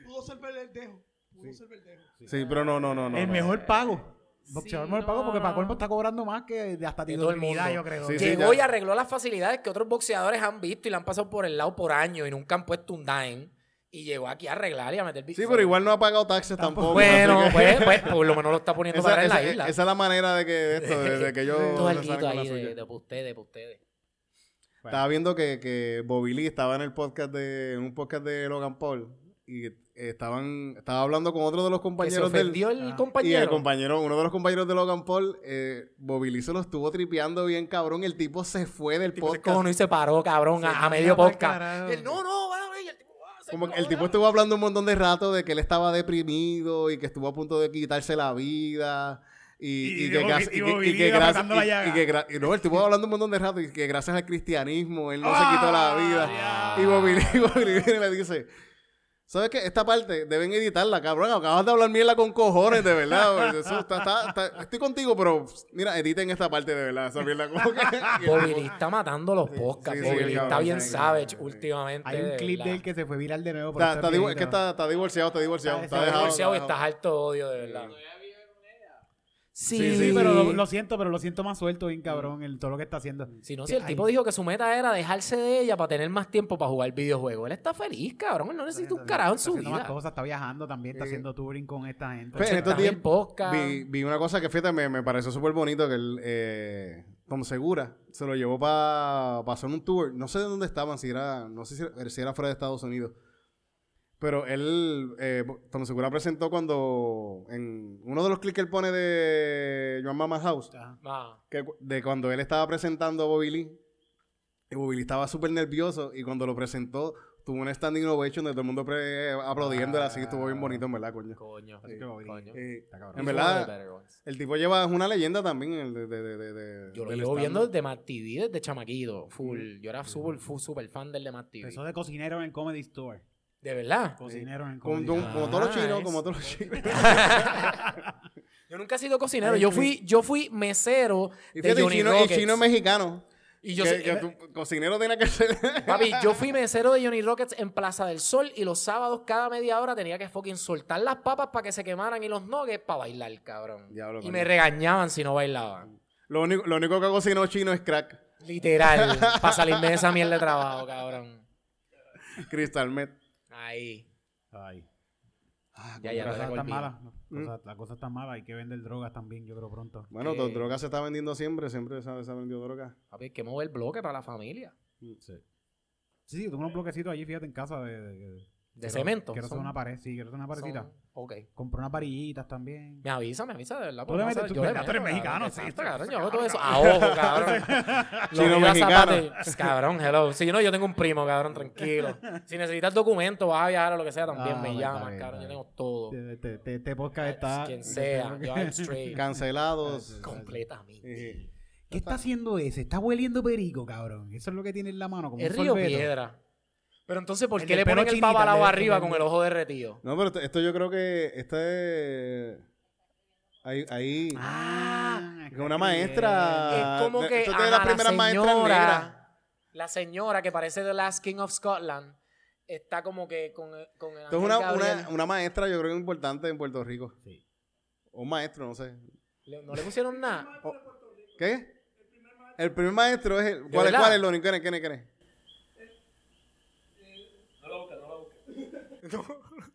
Pudo ser verdejo. Pudo ser verdejo. Sí, pero no, no, no. no El no. mejor pago. Boxeador Sí, mejor pago, no, porque Paco no. está cobrando más que de hasta Que Tito todo el Trinidad, mundo. yo creo. Sí, sí. Llegó y ya. arregló las facilidades que otros boxeadores han visto y le han pasado por el lado por años y nunca han puesto un dime. Y llegó aquí a arreglar y a meter Sí, pero igual no ha pagado taxes tampoco. Bueno, así que- pues, pues por lo menos lo está poniendo Esa, para en la esa- isla. esa es la manera de que, de esto, de, de que yo... Todo el se salga grito con la ahí suya. de, de pa' ustedes, de ustedes. Estaba viendo que, que Bobby Lee estaba en el podcast de en un podcast de Logan Paul y estaban estaba hablando con otro de los Que se compañeros del ofendió el Ah. y compañero. el compañero uno de los compañeros de Logan Paul eh, Bobby Lee se lo estuvo tripeando bien cabrón el tipo se fue del tipo se podcast cojonó y se paró, cabrón, a, a medio anda pa'l podcast. carajo. Y él, no, no, van a ver. y el tipo, ah, se como que el encojonó. tipo estuvo hablando un montón de rato de que él estaba deprimido y que estuvo a punto de quitarse la vida y, Y y de que Bobby- gracias y y Bobby que- y Lee que gracias apretando la y- y llaga. que gra- y no, él estuvo hablando un montón de rato y que gracias al cristianismo él no se ¡Ah! quitó la vida y Bobby Ah. Lee, Bobby Lee viene y le dice ¿Sabes qué? Esta parte deben editarla, cabrón. Acabas de hablar mierda con cojones, de verdad. güey. Eso está- está- está- estoy contigo, pero mira, editen esta parte de verdad. Esa mierda como que... Bobby Lee está matando los podcasts. sí, Bobby sí, Lee cabrón, está bien sí, savage sí. últimamente. Hay un clip de él del que se fue viral de nuevo. por Está, estos está divo- videitos. es que está, está divorciado, está divorciado. Está Está, dejado, divorciado y está dejado. estás harto de odio, de verdad. Sí, Sí, sí, pero lo, lo siento, pero lo siento más suelto, bien cabrón, el, todo lo que está haciendo. Si no, Que si el hay- tipo dijo que su meta era dejarse de ella para tener más tiempo para jugar videojuegos. Él está feliz, cabrón. Él no necesita un carajo en Está su haciendo más vida. cosas, está viajando también, está haciendo touring con esta gente. Pero estos días el podcast. vi, vi una cosa que fíjate, me, me pareció súper bonito que el eh, Tom Segura se lo llevó para hacer un tour. No sé de dónde estaban, si era, no sé si era, si era fuera de Estados Unidos. Pero él, eh, Tom Segura presentó cuando, en uno de los clips que él pone de Joan Mama House, Ajá. Ah, que cu- de cuando él estaba presentando a Bobby Lee, y Bobby Lee estaba súper nervioso y cuando lo presentó tuvo una standing ovation de todo el mundo pre- aplaudiéndole así, estuvo bien bonito, en verdad, coño. coño. Sí, coño. Eh, cabrón. He's one of en the verdad, better ones. el tipo lleva, es una leyenda también. El de, de, de, de- de- Yo lo del llevo stand-up. viendo desde Matt TV, desde chamaquito. Full. Yo era súper super fan del de Matt TV. Empezó de cocinero en el Comedy Store. De verdad. Cocinero en el Como, Comedy como- Store. como todos los Ah, chinos, es- como todos los chinos. Yo nunca he sido cocinero. Yo fui, yo fui mesero Y de fíjate, el Johnny chino, el Rockets. chino es mexicano. y yo eh, soy- que, que tu cocinero tiene que ser. Papi, yo fui mesero de Johnny Rockets en Plaza del Sol y los sábados cada media hora tenía que fucking soltar las papas para que se quemaran y los nuggets para bailar, cabrón. Diablo, y coño. me regañaban si no bailaban. lo, único, lo único que cocinó chino es crack. Literal, para salirme de esa mierda de trabajo, cabrón. Crystal Met. Ahí. Ay, Ah, Ya, ya, la cosa te está revolví. mala. Mm. La cosa, la cosa está mala, hay que vender drogas también, yo creo pronto. Bueno, ¿Qué? Don Droga se está vendiendo siempre, siempre se ha, se ha vendido droga. Papi, hay que mover el bloque para la familia. Sí, sí, tengo unos bloquecitos allí, fíjate, en casa de... de, de- De quiero- cemento. Quiero hacer Son- una pared, sí, quiero hacer una parecita. son- Ok. Compré unas varillitas también. Me avisa, me avisa de verdad. pues, Tú porque le no metes- sabes, tú- yo le ¿verdad? Tú eres meto, mexicano, cabrón, sí, pues, exacto, sí, cabrón, sí, yo hago todo eso a ojo, cabrón. Lo Chino miro a mexicano. Zapate, Cabrón, hello. Si no, yo tengo un primo, cabrón, tranquilo. Si necesitas documentos, vas a viajar o lo que sea, también Ah, me está llamas, bien, cabrón. Yo está tengo todo. Pues, Este, este- este- este podcast está... Quien sea, yo I'm straight. Cancelados. Completamente. Eh, ¿Qué está haciendo ese? Está hueliendo perico, cabrón. Eso es lo que tiene en la mano. Como Es un Río sorbeto. Piedra. Pero entonces, ¿por El qué del le pelo ponen el chinita, babalao le- arriba le- con el ojo derretido? No, pero esto- esto yo creo que este ahí ahí Ah, con una maestra. es como que esto es ajá, de las primeras la maestras negras. señora, la señora que parece The Last King of Scotland, está como que con, con el Esto es ángel una, Gabriel. una, una maestra, yo creo que importante en Puerto Rico. Sí. O un maestro, no sé. Le- No le pusieron nada. O- ¿Qué? El primer maestro es el. ¿De ¿Cuál es? verdad? ¿Cuál es, Loni? ¿Quién es? ¿Quién es? ¿Quién es?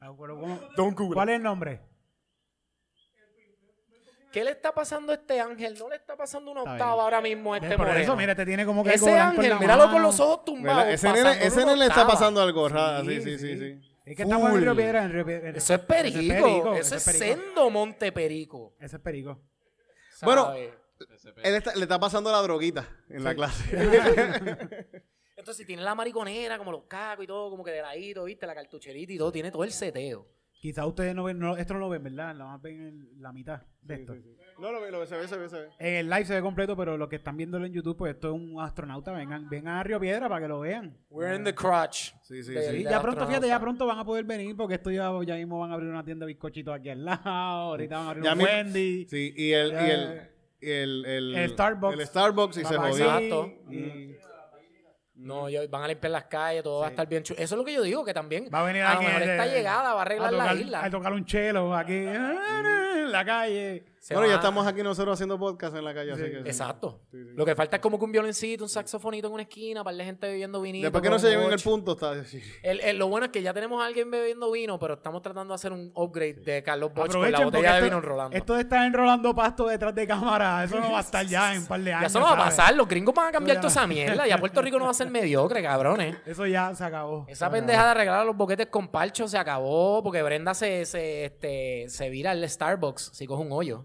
Ah, pero ¿cómo- ¿Cuál es el nombre? ¿Qué le está pasando a este ángel? No le está pasando una Está octava bien. ahora mismo a este Por moreno. eso, mira, te tiene como que algo Ese blanco en ángel, la míralo mano. con los ojos tumbados. ¿Verdad? Ese pasando nene, ese una nene le está octava. pasando algo raro. Sí, sí, sí. sí. Es que estamos en Río Full. Piedra. En Río Piedra- en- Eso es perico. Eso es perico. sendo monte perico. Eso es perico. Bueno, ¿sabes? Él está- le está pasando la droguita en la clase. Entonces tiene la mariconera, como los cacos y todo, como que de ladito, ¿viste? La cartucherita y todo, tiene todo el seteo. Quizás ustedes no ven, no, esto no lo ven, ¿verdad? Nada más ven el- la mitad de esto. No, lo ve, lo ve, se ve, se ve, se ve. En el live se ve completo, pero los que están viéndolo en YouTube, pues esto es un astronauta. Vengan, vengan a Río Piedra para que lo vean. We're in the crotch. Sí, sí, De- sí. Sí, del ya pronto, astronauta. fíjate, ya pronto van a poder venir porque esto ya, ya mismo van a abrir una tienda de bizcochitos aquí al lado. Ahorita van a abrir Ya un mismo- Wendy. Sí, y el, y el, y el, El Starbucks. El Starbucks y se Papá, jodió. sí. Exacto. Y No, ellos van a limpiar las calles, todo va a estar bien chulo. Eso es lo que yo digo, que también. va a venir a lo alguien. mejor de- esta llegada va a arreglar tocar, la isla. A tocar un chelo aquí en la calle. Se Bueno, ya van- estamos aquí nosotros haciendo podcast en la calle, así que... Exacto. Lo que falta es como que un violencito, un saxofonito en una esquina, para la gente bebiendo vinito. Después que no se llegó en el bocho. punto, está... sí. El- el- lo bueno es que ya tenemos a alguien bebiendo vino, pero estamos tratando de hacer un upgrade de Carlos Bosch con Aprovechen pues la botella porque de esto- vino enrolando. Esto de estar enrolando pasto detrás de cámara, eso no va a estar ya en un par de años. ya eso no va a ¿sabes? pasar, los gringos van a cambiar ya- toda esa mierda. Ya Puerto Rico no va a ser mediocre, cabrones. Eso ya se acabó. Esa Ah. Se pendeja de arreglar los boquetes con parcho se acabó porque Brenda se, se, este, se vira al Starbucks si coge un hoyo.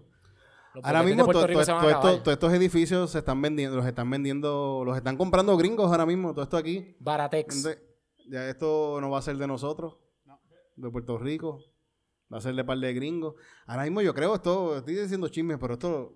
Los Ahora boquetes de mismo, Puerto to- Rico to- se van a to- acabar. esto- todos estos edificios se están vendiendo, los están vendiendo, los están comprando gringos ahora mismo, todo esto aquí. Baratex. Entonces, ya esto no va a ser de nosotros, de Puerto Rico, va a ser de par de gringos. Ahora mismo yo creo, esto, estoy diciendo chismes, pero esto,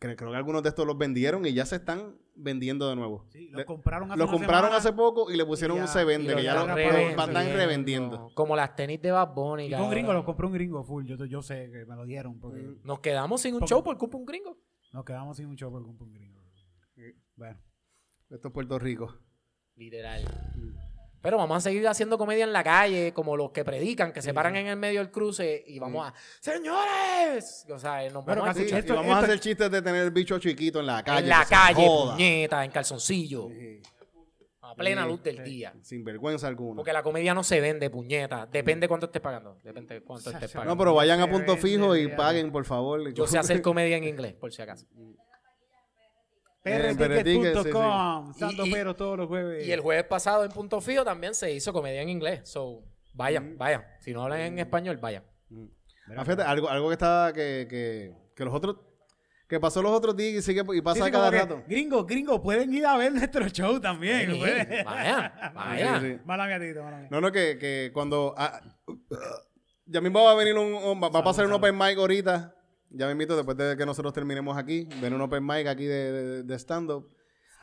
cre- creo que algunos de estos los vendieron y ya se están vendiendo de nuevo. Sí, Le- los compraron hace Los una compraron semana. hace poco y le pusieron y un ya- se Y vende, los que ya están lo revendiendo. van están revendiendo. Como las tenis de Bad Bunny. Y fue un cabrón. gringo, los compró un gringo full. Yo, yo sé que me lo dieron porque Mm. Nos quedamos sin un Porque- show por culpa de un gringo. nos quedamos sin un show porque compró un gringo. Mm. Bueno, Eh, Esto es Puerto Rico. Literal. Pero vamos a seguir haciendo comedia en la calle, como los que predican, que se paran en el medio del cruce y vamos a. ¡Señores! O sea, nos vamos Pero a casi- Sí, escuchar y esto- vamos a esto- hacer chistes de tener el bicho chiquito en la calle. en la que se calle, joda. puñeta, en calzoncillo, a plena Sí, luz del día. Sin vergüenza alguna. Porque la comedia no se vende, puñeta. Depende cuánto estés pagando. Depende cuánto estés pagando. No, pero vayan a Se punto vende, fijo y ya. paguen, por favor. Yo sé hacer comedia en inglés, por si acaso. Eh, prtickets.com, sí, sí. Santo Y- y- Pero todos los jueves. Y el jueves pasado en Punto Fijo también se hizo comedia en inglés. So, Mm. vayan, vayan. Si no hablan en español, vayan. Ah, fíjate, algo, algo que estaba que, que, que los otros que pasó los otros días y sigue y Sí, pasa sí, cada como que, rato. Gringo, gringo, pueden ir a ver nuestro show también. Sí, pueden. Vayan, vayan. Sí, sí. Mala mía, Tito, mala mía. No, no, que, que cuando ah, ya mismo va a venir un, un- va, va a pasar un open mic ahorita. Ya me invito después de que nosotros terminemos aquí, ven un open mic aquí de, de- de stand up.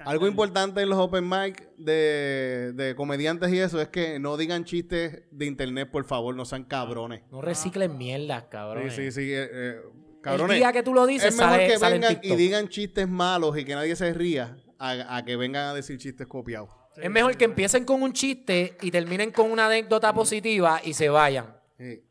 Algo importante en los open mic de, de comediantes y eso es que no digan chistes de internet, por favor, no sean cabrones. No reciclen mierdas, cabrón. Sí, sí, sí. eh, eh, El cabrones. día que tú lo dices, es mejor sale, que sale en vengan y TikTok. digan chistes malos y que nadie se ría a, a que vengan a decir chistes copiados. Es mejor que empiecen con un chiste y terminen con una anécdota positiva y se vayan. Sí.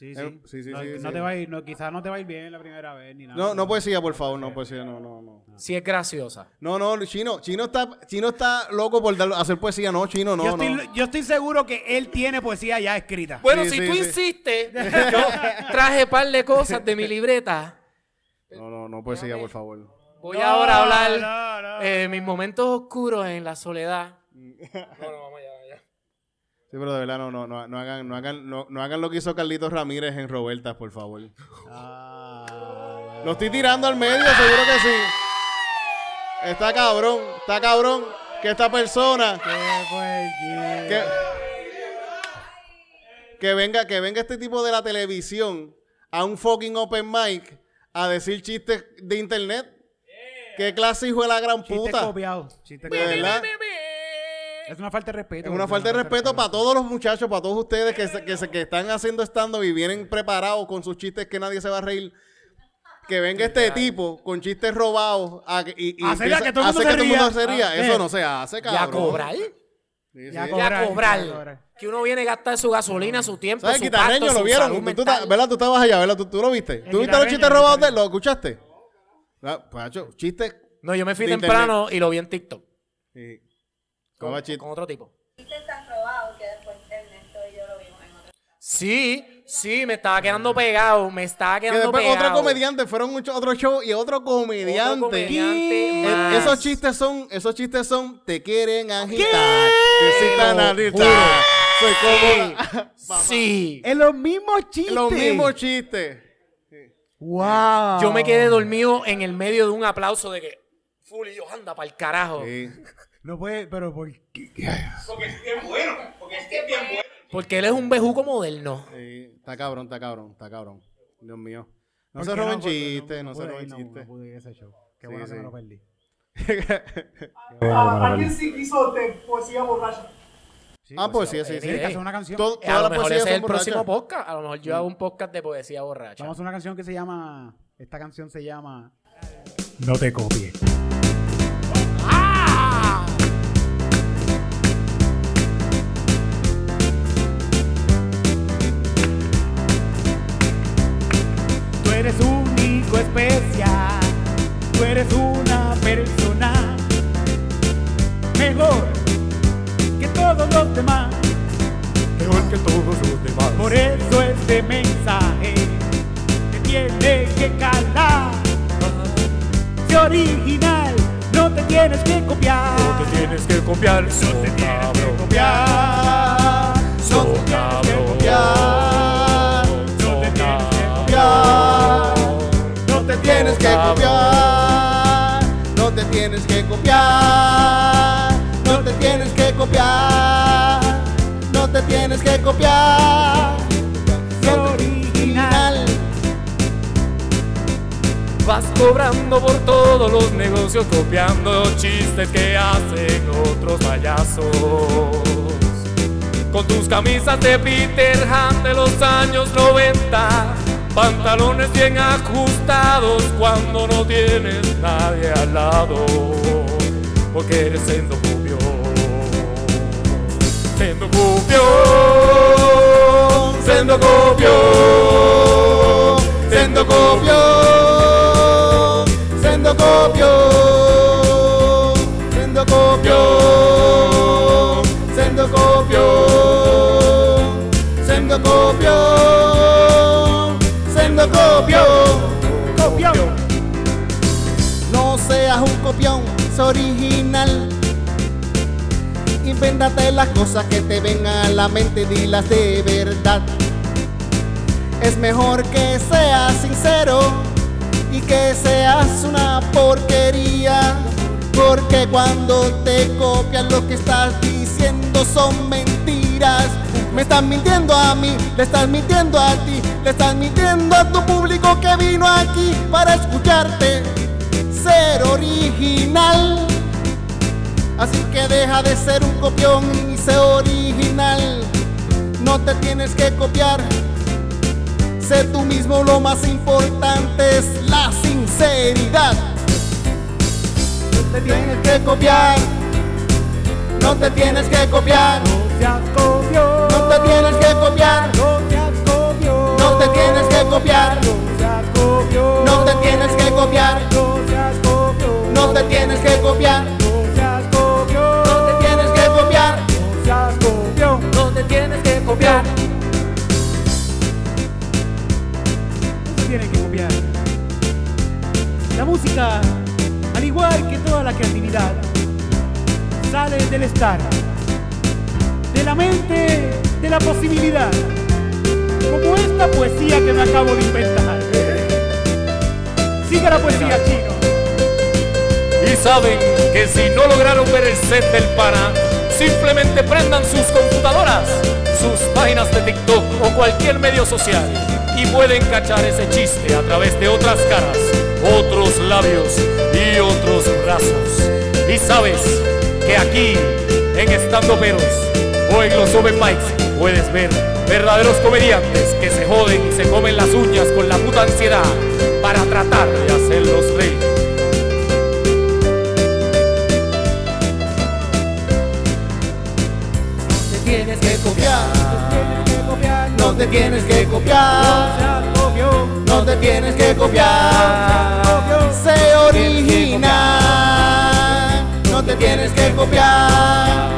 Sí, Eh, sí, sí, no, sí, no sí. te va a ir, no, quizás no te va a ir bien la primera vez Ah, ni nada. No, no poesía, por favor, no poesía, no, no, no. Si es graciosa. No, no, Chino, Chino está, Chino está loco por dar- hacer poesía, no, Chino, no, yo, estoy, no. yo estoy seguro que él tiene poesía ya escrita. Bueno, Sí, si sí, tú sí. insistes, yo traje par de cosas de mi libreta. No, no, no poesía, por favor. Voy No, ahora a hablar no, no. eh, mis momentos oscuros en la soledad. No, no, vamos ya, ya. Sí, pero de verdad no, no, no, no hagan, no hagan, no, no hagan lo que hizo Carlitos Ramírez en Robertas, por favor. Lo estoy tirando al medio, seguro que sí. Está cabrón, está cabrón que esta persona Qué fuerte. que, que venga que venga este tipo de la televisión a un fucking open mic a decir chistes de internet qué clase hijo de la gran Chiste puta copiado. Chiste de verdad Es una falta de respeto. Es una falta de respeto para todos los muchachos, para todos ustedes que, se- que, se- que están haciendo stand-up y vienen preparados con sus chistes que nadie se va a reír. Que venga este tipo con chistes robados a- y, y Hacer a empieza- que todo el mundo hace se todo el mundo ría. se ría. Ah, Eso eh. no se hace, Y a cabrón. cobrar. Sí, Y a sí. Y a y a cobrar. cobrar. Que uno viene a gastar su gasolina, su tiempo, ¿Sabes, Pues su pacto, Quitarreño? su ¿Lo vieron? salud Tú, tú mental. ta- ¿verdad? Tú estabas allá, ¿verdad? ¿Tú, tú lo viste? El ¿Tú viste los Quitarreño, chistes el robados? de- Quitarreño. ¿Lo escuchaste? Ah, pues, hacho, chistes. No, yo me fui de temprano y lo vi en TikTok. Sí. Con, Estaba chiste. con otro tipo. tan probado que después Ernesto y yo lo vimos en otro. Sí, sí, me estaba quedando pegado. Me estaba Que quedando después pegado. otro comediante, fueron mucho- otro show y otro comediante. Otro comediante Eh, más. Esos chistes son, esos chistes son, te quieren agitar, te citan a Te lo agitar. Soy Sí, como sí. Es los mismos chistes. los mismos chistes. Wow. Yo me quedé Ah. dormido en el medio de un aplauso de que. Full y yo, anda para el carajo. Sí. No puede, pero ¿por qué? Porque él es un bejuco moderno. Sí, Está cabrón, está cabrón, está cabrón. Dios mío. No ¿Por se qué roben pude- chistes, no, no se pude roben ir, no, No chistes. pude ir a ese show. Qué Sí, bueno que sí. me lo perdí. Ah, Alguien sí hizo de poesía borracha. ah, pues sí, sí, pues, sí. Tienes que eh. hacer una canción. Todo- a todas lo las mejor poesías ese es son el próximo borrachas. podcast. A lo mejor yo hago un podcast de poesía borracha. Vamos a hacer una canción que se llama. Esta canción se llama. No te copies. Tú eres único especial. Tú eres una persona mejor que todos los demás. Mejor que todos los demás. Por eso este mensaje te tiene que calar. Si original, no te tienes que copiar. No te tienes que copiar, no te tienes que copiar. No te tienes que copiar. No te tienes que copiar. No te tienes que copiar. No te tienes que copiar. No te tienes que copiar. No te tienes que copiar. Si original, Vas cobrando por todos los negocios, copiando chistes que hacen otros payasos. Con tus camisas de Peter Han de los años 90, pantalones bien ajustados cuando no tienes nadie al lado, porque eres endocupión. Endocupión, endocupión, endocupión, endocupión, endocupión, endocupión, endocupión, endocupión, copión. No seas un copión, sé original. Invéntate las cosas que te vengan a la mente, dilas de verdad. Es mejor que seas sincero y que seas una porquería. Porque cuando te copian lo que estás diciendo son mentiras. Me estás mintiendo a mí, le estás mintiendo a ti, le estás mintiendo a tu público que vino aquí para escucharte. Ser original. Así que deja de ser un copión y sé original. No te tienes que copiar, Sé tú mismo, lo más importante es la sinceridad. No te tienes que copiar. No te tienes que copiar. No te tienes que copiar. No te tienes que copiar. No te tienes que copiar. No te tienes que copiar. No te tienes que copiar. No te tienes que copiar. se tiene que copiar. La música, al igual que toda la creatividad, sale del estar, de la mente, de la posibilidad, como esta poesía que me acabo de inventar. Sigue la poesía, chino. Y saben que si no lograron ver el set del pana, simplemente prendan sus computadoras, sus páginas de TikTok o cualquier medio social y pueden cachar ese chiste a través de otras caras, otros labios y otros brazos. Y sabes que aquí en estando peros o en los open mics puedes ver verdaderos comediantes que se joden y se comen las uñas con la puta ansiedad para tratar de hacerlos reír. Te tienes que copiar, No te tienes que copiar. No te tienes que copiar. Sé original. No te tienes que copiar.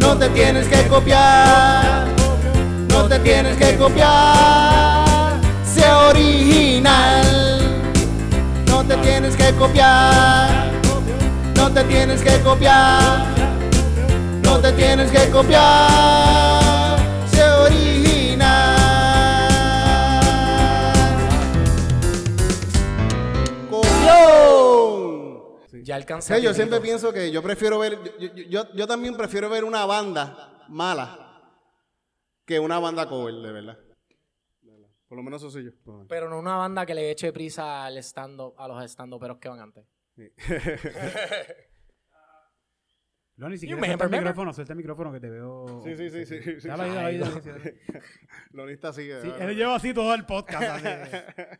No te tienes que copiar. No te tienes que copiar. Sé original. No te tienes que copiar. No te tienes que copiar. No te tienes que copiar. Sé original. Copión. ya alcancé. Sí, yo a siempre Titito. pienso que yo prefiero ver, yo, yo- yo- yo también prefiero ver una banda mala que una banda cover, de verdad. Pues, Por lo menos eso soy yo. Pero no una banda que le eche prisa al stand a los stand pero que van antes. No, ni You siquiera may suelta el remember. micrófono, suelta el micrófono que te veo. Sí, sí, sí, sí, sí, sí. Dale ahí, dale ahí, dale ahí. Lonista sigue. Sí, ¿verdad? él lleva así todo el podcast. así.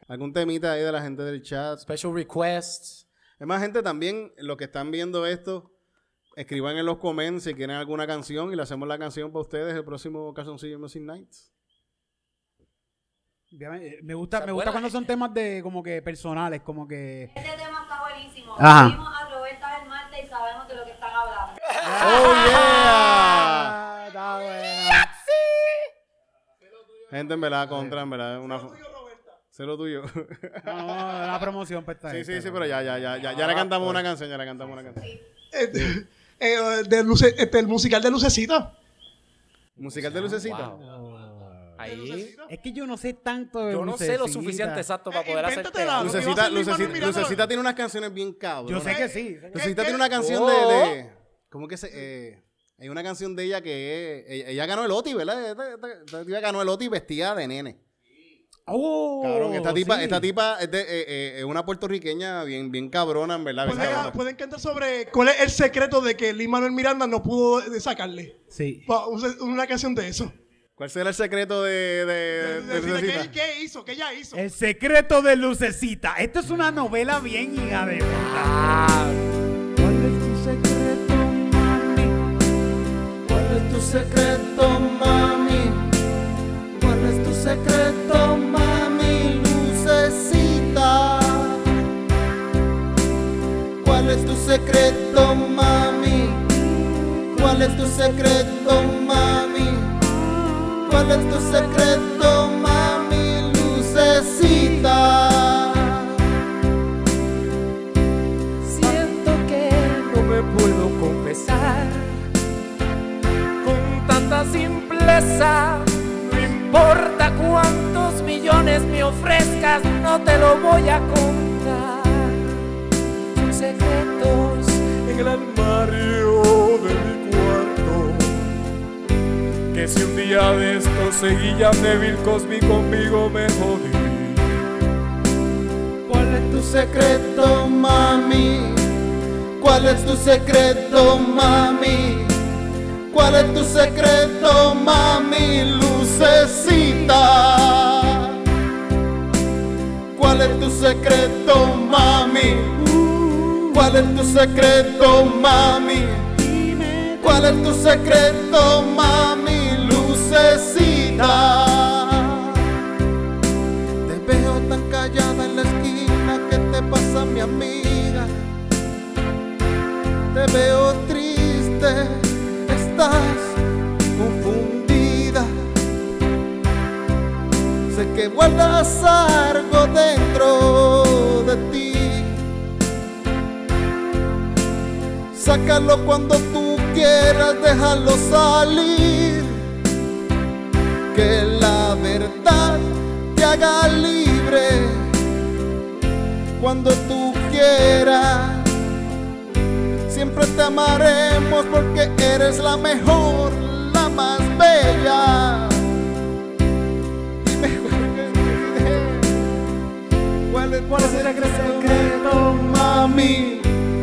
Algún temita ahí de la gente del chat. Special requests. Es más, gente, también los que están viendo esto, escriban en los comments si quieren alguna canción y le hacemos la canción para ustedes el próximo Calzoncillo Music Nights. Obviamente, eh, Me gusta, me Buena. gusta cuando son temas de como que personales, como que. Este tema está buenísimo. Ajá. Vimos a Roberta del Marte y sabemos de lo que están hablando. ¡Oh, yeah! Ah, está bueno. Gente, en verdad, contra, en verdad. Una... Sé lo tuyo. No, no, la promoción pues, para esta sí, gente, sí, sí, ¿no? pero ya, ya, ya, ya, ya le cantamos una canción, ya le cantamos una canción. Este, eh, de luce- este, el musical de Lucecita. Musical de lucecita. Ahí. Es que yo no sé tanto de Yo no sé lo lucecita. suficiente exacto para Eh, poder hacer invéntatela, tema. Lu- Lucecita, Lo que iba a hacer Luis lucecita, Manuel Miranda. lucecita tiene unas canciones bien cabronas. Yo sé que sí. sé que- Lucecita ¿Qué, tiene qué? una canción Oh. de, de- ¿Cómo que se.? eh, hay una canción de ella que es- ella, ella ganó el OTI, ¿verdad? Esta, esta- esta tipa ganó el OTI vestida de nene. Oh, Cabrón, esta tipa, sí. esta tipa es, de- eh, eh, es una puertorriqueña bien, bien cabrona, en verdad. bien Pueden, cabrona. pueden cantar sobre cuál es el secreto de que Lin Manuel Miranda no pudo de- de sacarle. Sí. Pa- un- Una canción de eso. ¿Cuál será el secreto de, de- Eh, de De- de- Lucecita? ¿Qué, qué hizo? ¿Qué ella hizo? El secreto de Lucecita. Esto es una novela bien hija de Ah, ¿Cuál es tu secreto, mami? ¿Cuál es tu secreto, mami? ¿Cuál es tu secreto, mami? Lucecita. ¿Cuál es tu secreto, mami? ¿Cuál es tu secreto, mami? ¿Cuál es tu secreto, mami? Lucecita. Siento que no me puedo confesar con tanta simpleza. No importa cuántos millones me ofrezcas, no te lo voy a contar. Tus secretos en el armario de mi cuarto. Que si un día de estos seguía débil Cosby conmigo me jodí. ¿Cuál es tu secreto, mami? ¿Cuál es tu secreto, mami? ¿Cuál es tu secreto, mami? Lucecita. ¿Cuál es tu secreto, mami? ¿Cuál es tu secreto, mami? ¿Cuál es tu secreto, mami? Lucecita. Te veo tan callada en la esquina, ¿qué te pasa mi amiga? Te veo triste, eh, estás confundida. Sé que guardas algo dentro de ti. Sácalo cuando tú quieras, déjalo salir que la verdad te haga libre cuando tú quieras. Siempre te amaremos porque eres la mejor, la más bella. Dime cuál es, cuál es el secreto, mami.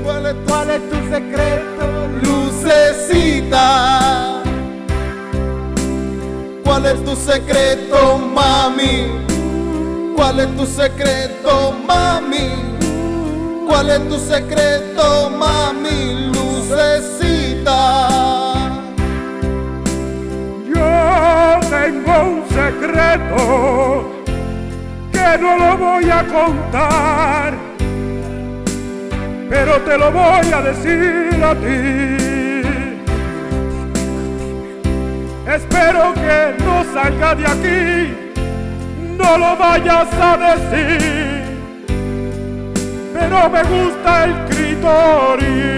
¿Cuál es tu secreto? Luce necesita. ¿Cuál es tu secreto, mami? ¿Cuál es tu secreto, mami? ¿Cuál es tu secreto, mami? Lucecita. Yo tengo un secreto que no lo voy a contar, pero te lo voy a decir a ti. Espero que no salga de aquí, no lo vayas a decir, pero me gusta el critorio.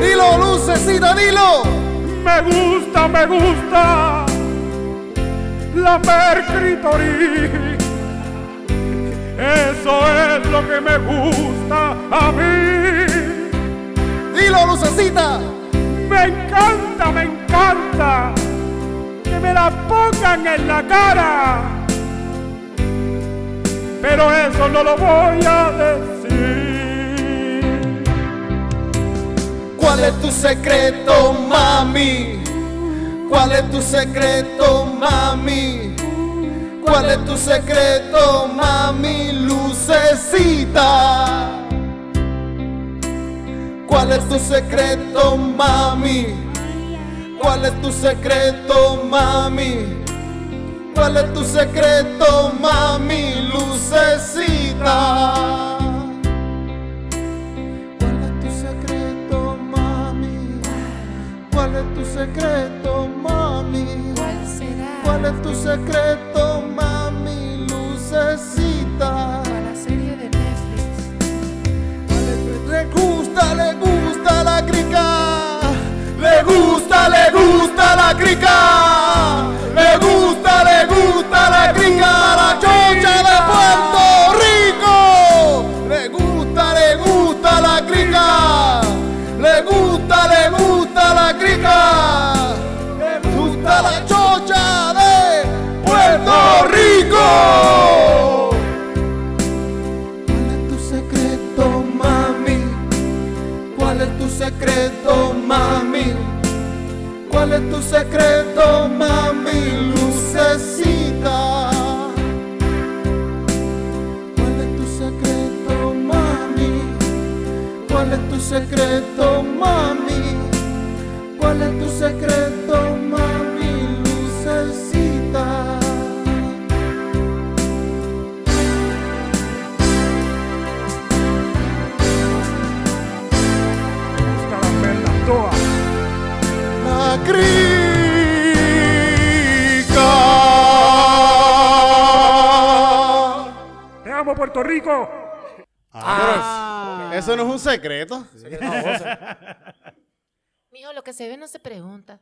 Dilo, lucecita, dilo. Me gusta, me gusta la mercritorí. Eso es lo que me gusta a mí. Dilo, lucecita. Me encanta, me encanta que me la pongan en la cara. Pero eso no lo voy a decir. ¿Cuál es tu secreto, mami? ¿Cuál es tu secreto, mami? ¿Cuál es tu secreto, mami? Lucecita. ¿Cuál es tu secreto, mami? ¿Cuál es tu secreto, mami? ¿Cuál es tu secreto, mami? Lucecita. ¿Cuál es tu secreto, mami? ¿Cuál es tu secreto, mami? ¿Cuál será? ¿Cuál es tu secreto, mami? Lucecita. Para la serie de Netflix. Le gusta, le gusta la crica. Le gusta, le gusta la crica. Le gusta, le gusta la crica. La chocha de Puerto Rico. Le gusta, le gusta la crica. Le gusta, le gusta la crica. Le gusta la chocha de Puerto Rico. ¿Cuál es tu secreto, mami? ¿Cuál es tu secreto, mami? ¿Cuál es tu secreto, mami? Lucecita. ¿Cuál es tu secreto, mami? ¿Cuál es tu secreto, mami? ¿Cuál es tu secreto, mami? Lucecita. Me gusta las perlas todas. La crica. Te amo, Puerto Rico. Ah, pero es- Eso no es un secreto. Mijo, lo que se ve no se pregunta.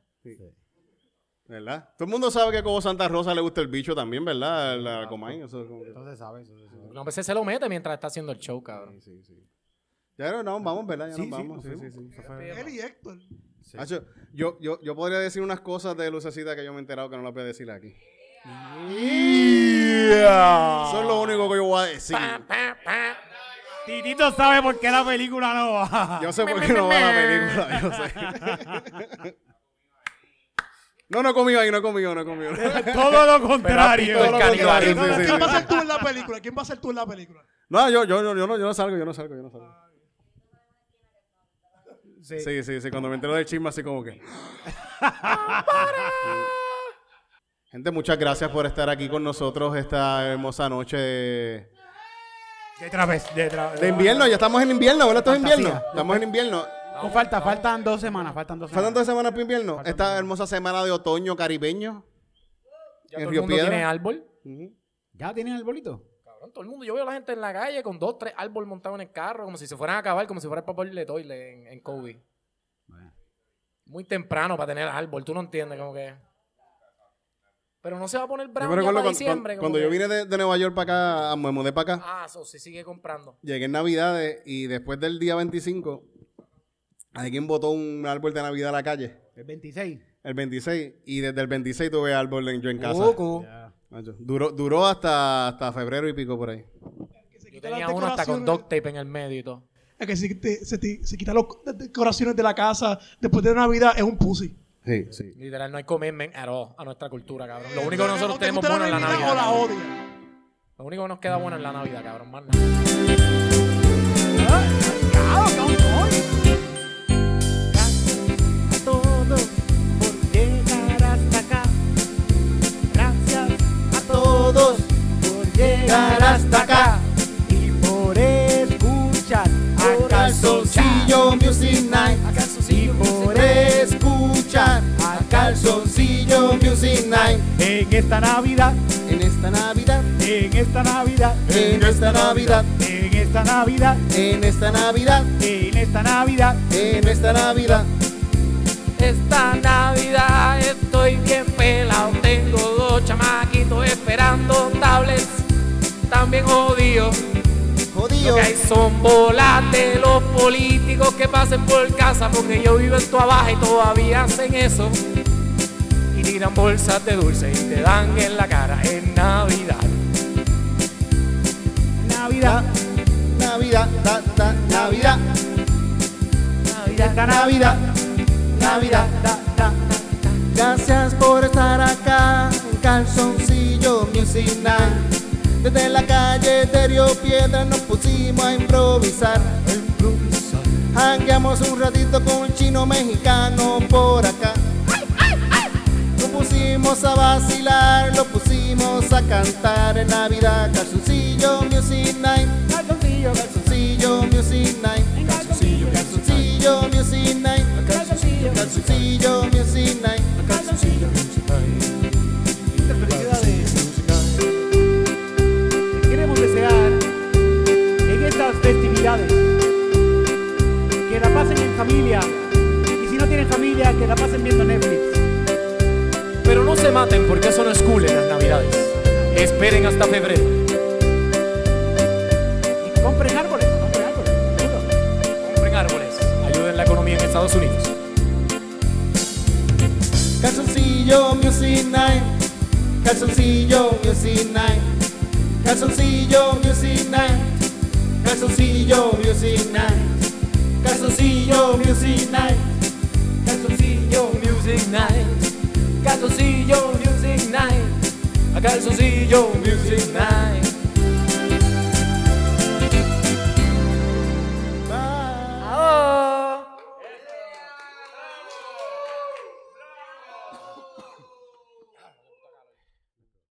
¿Verdad? Todo el mundo sabe que a Cobo Santa Rosa le gusta el bicho también, ¿verdad? La Comay. Eso es como que- No se sabe, eso se sabe. No, a veces se lo mete mientras está haciendo el show, cabrón. Ya no, no, vamos, ¿verdad? Ya Sí, nos sí, vamos. nos sí, sí, fuimos. sí. Eso fue- Él y Héctor. Hacho, yo, yo, yo podría decir unas cosas de Lucecita que yo me he enterado que no las voy a decir aquí. Eso es lo único que yo voy a decir. Titito sabe por qué la película no va. Yo sé por qué no va la película, yo sé. No, no he comido ahí, no he comido, no he comido. Todo lo Todo lo contrario. contrario, No, no, sí, sí, ¿Quién va a sí. ser tú en la película? ¿Quién va a ser tú en la película? No, yo, yo, yo, yo no, yo no salgo, yo no salgo, yo no salgo. Sí. Sí, sí, sí, cuando me entero del chisme así como que... Gente, muchas gracias por estar aquí con nosotros esta hermosa noche de... De través, de tra- De invierno, ya estamos en invierno, ¿verdad? Esto es Fantasía. invierno. Estamos en invierno. No, falta, faltan dos semanas, faltan dos Faltan semanas. dos semanas para invierno. Esta hermosa semana de otoño caribeño. Ya todo En el Río mundo Piedra. tiene árbol. Ujú. ¿Ya tienen el bolito? Cabrón, todo el mundo. Yo veo a la gente en la calle con dos, tres árboles montados en el carro, como si se fueran a acabar, como si fuera el papel de toile en, en COVID. Muy temprano para tener árbol, tú no entiendes, como que. Pero no se va a poner Yo bravo ya me recuerdo para cuando, diciembre. como cuando- cuando yo que- vine de, de Nueva York para acá, me mudé para acá. Ah, eso sí, sigue comprando. Llegué en Navidades y después del día 25, alguien botó un árbol de Navidad a la calle. El 26. El 26. Y desde el 26 tuve árbol en, yo en casa. Cucu. Macho, Duró, duró hasta, hasta febrero y pico por ahí. Que se Yo quite las tenía uno hasta con decoraciones. duct tape en el medio y todo. a que se, te- se te- se quita los decoraciones de la casa después de Navidad es un pussy. Sí, sí. Literal, no hay commitment at all a nuestra cultura, cabrón. Lo Eh, único que o nosotros te tenemos gusta bueno es la Navidad Navidad. o la cabrón. odias. Lo único que nos queda bueno es la Navidad, cabrón. Más nada. todo por llegar hasta acá. Gracias a todos por llegar hasta acá y por escuchar a Calzoncillo Music Night. Y por escuchar a Calzoncillo Music Night. En esta Navidad, en esta Navidad, en esta Navidad, en esta Navidad, en esta Navidad, en esta Navidad, en esta Navidad, en esta Navidad. Esta Navidad estoy bien pelado. Tengo dos chamaquitos esperando tablets. También odio. Lo que hay son bolas de los políticos que pasen por casa porque yo vivo en tu abajo y todavía hacen eso. Y tiran bolsas de dulce y te dan en la cara en Navidad. Navidad, Navidad, da, da, Navidad. Navidad, esta Navidad, Navidad, da, da. Gracias por estar acá en Calzoncillo Music Night. Desde la calle de Río Piedra nos pusimos a improvisar. Hangueamos un ratito con un chino mexicano por acá. Nos pusimos a vacilar, lo pusimos a cantar en Navidad. Calzoncillo Music Night. Calzoncillo, calzoncillo Music Night. Calzoncillo, calzoncillo Music Night. Calzoncillo, calzoncillo Music Night. Calzoncillo Music Night. queremos desear en estas festividades que la pasen en familia y si no tienen familia que la pasen viendo Netflix. Pero no se maten porque eso no es cool en las Navidades. Esperen hasta febrero. Compren árboles, compren árboles. Compren árboles. Ayuden la economía en Estados Unidos. Calzoncillo Music Night. Calzoncillo Music Night. Calzoncillo Music Night. Calzoncillo Music Night. Calzoncillo Music Night. Calzoncillo Music Night. Calzoncillo Music Night. A calzoncillo Music Night.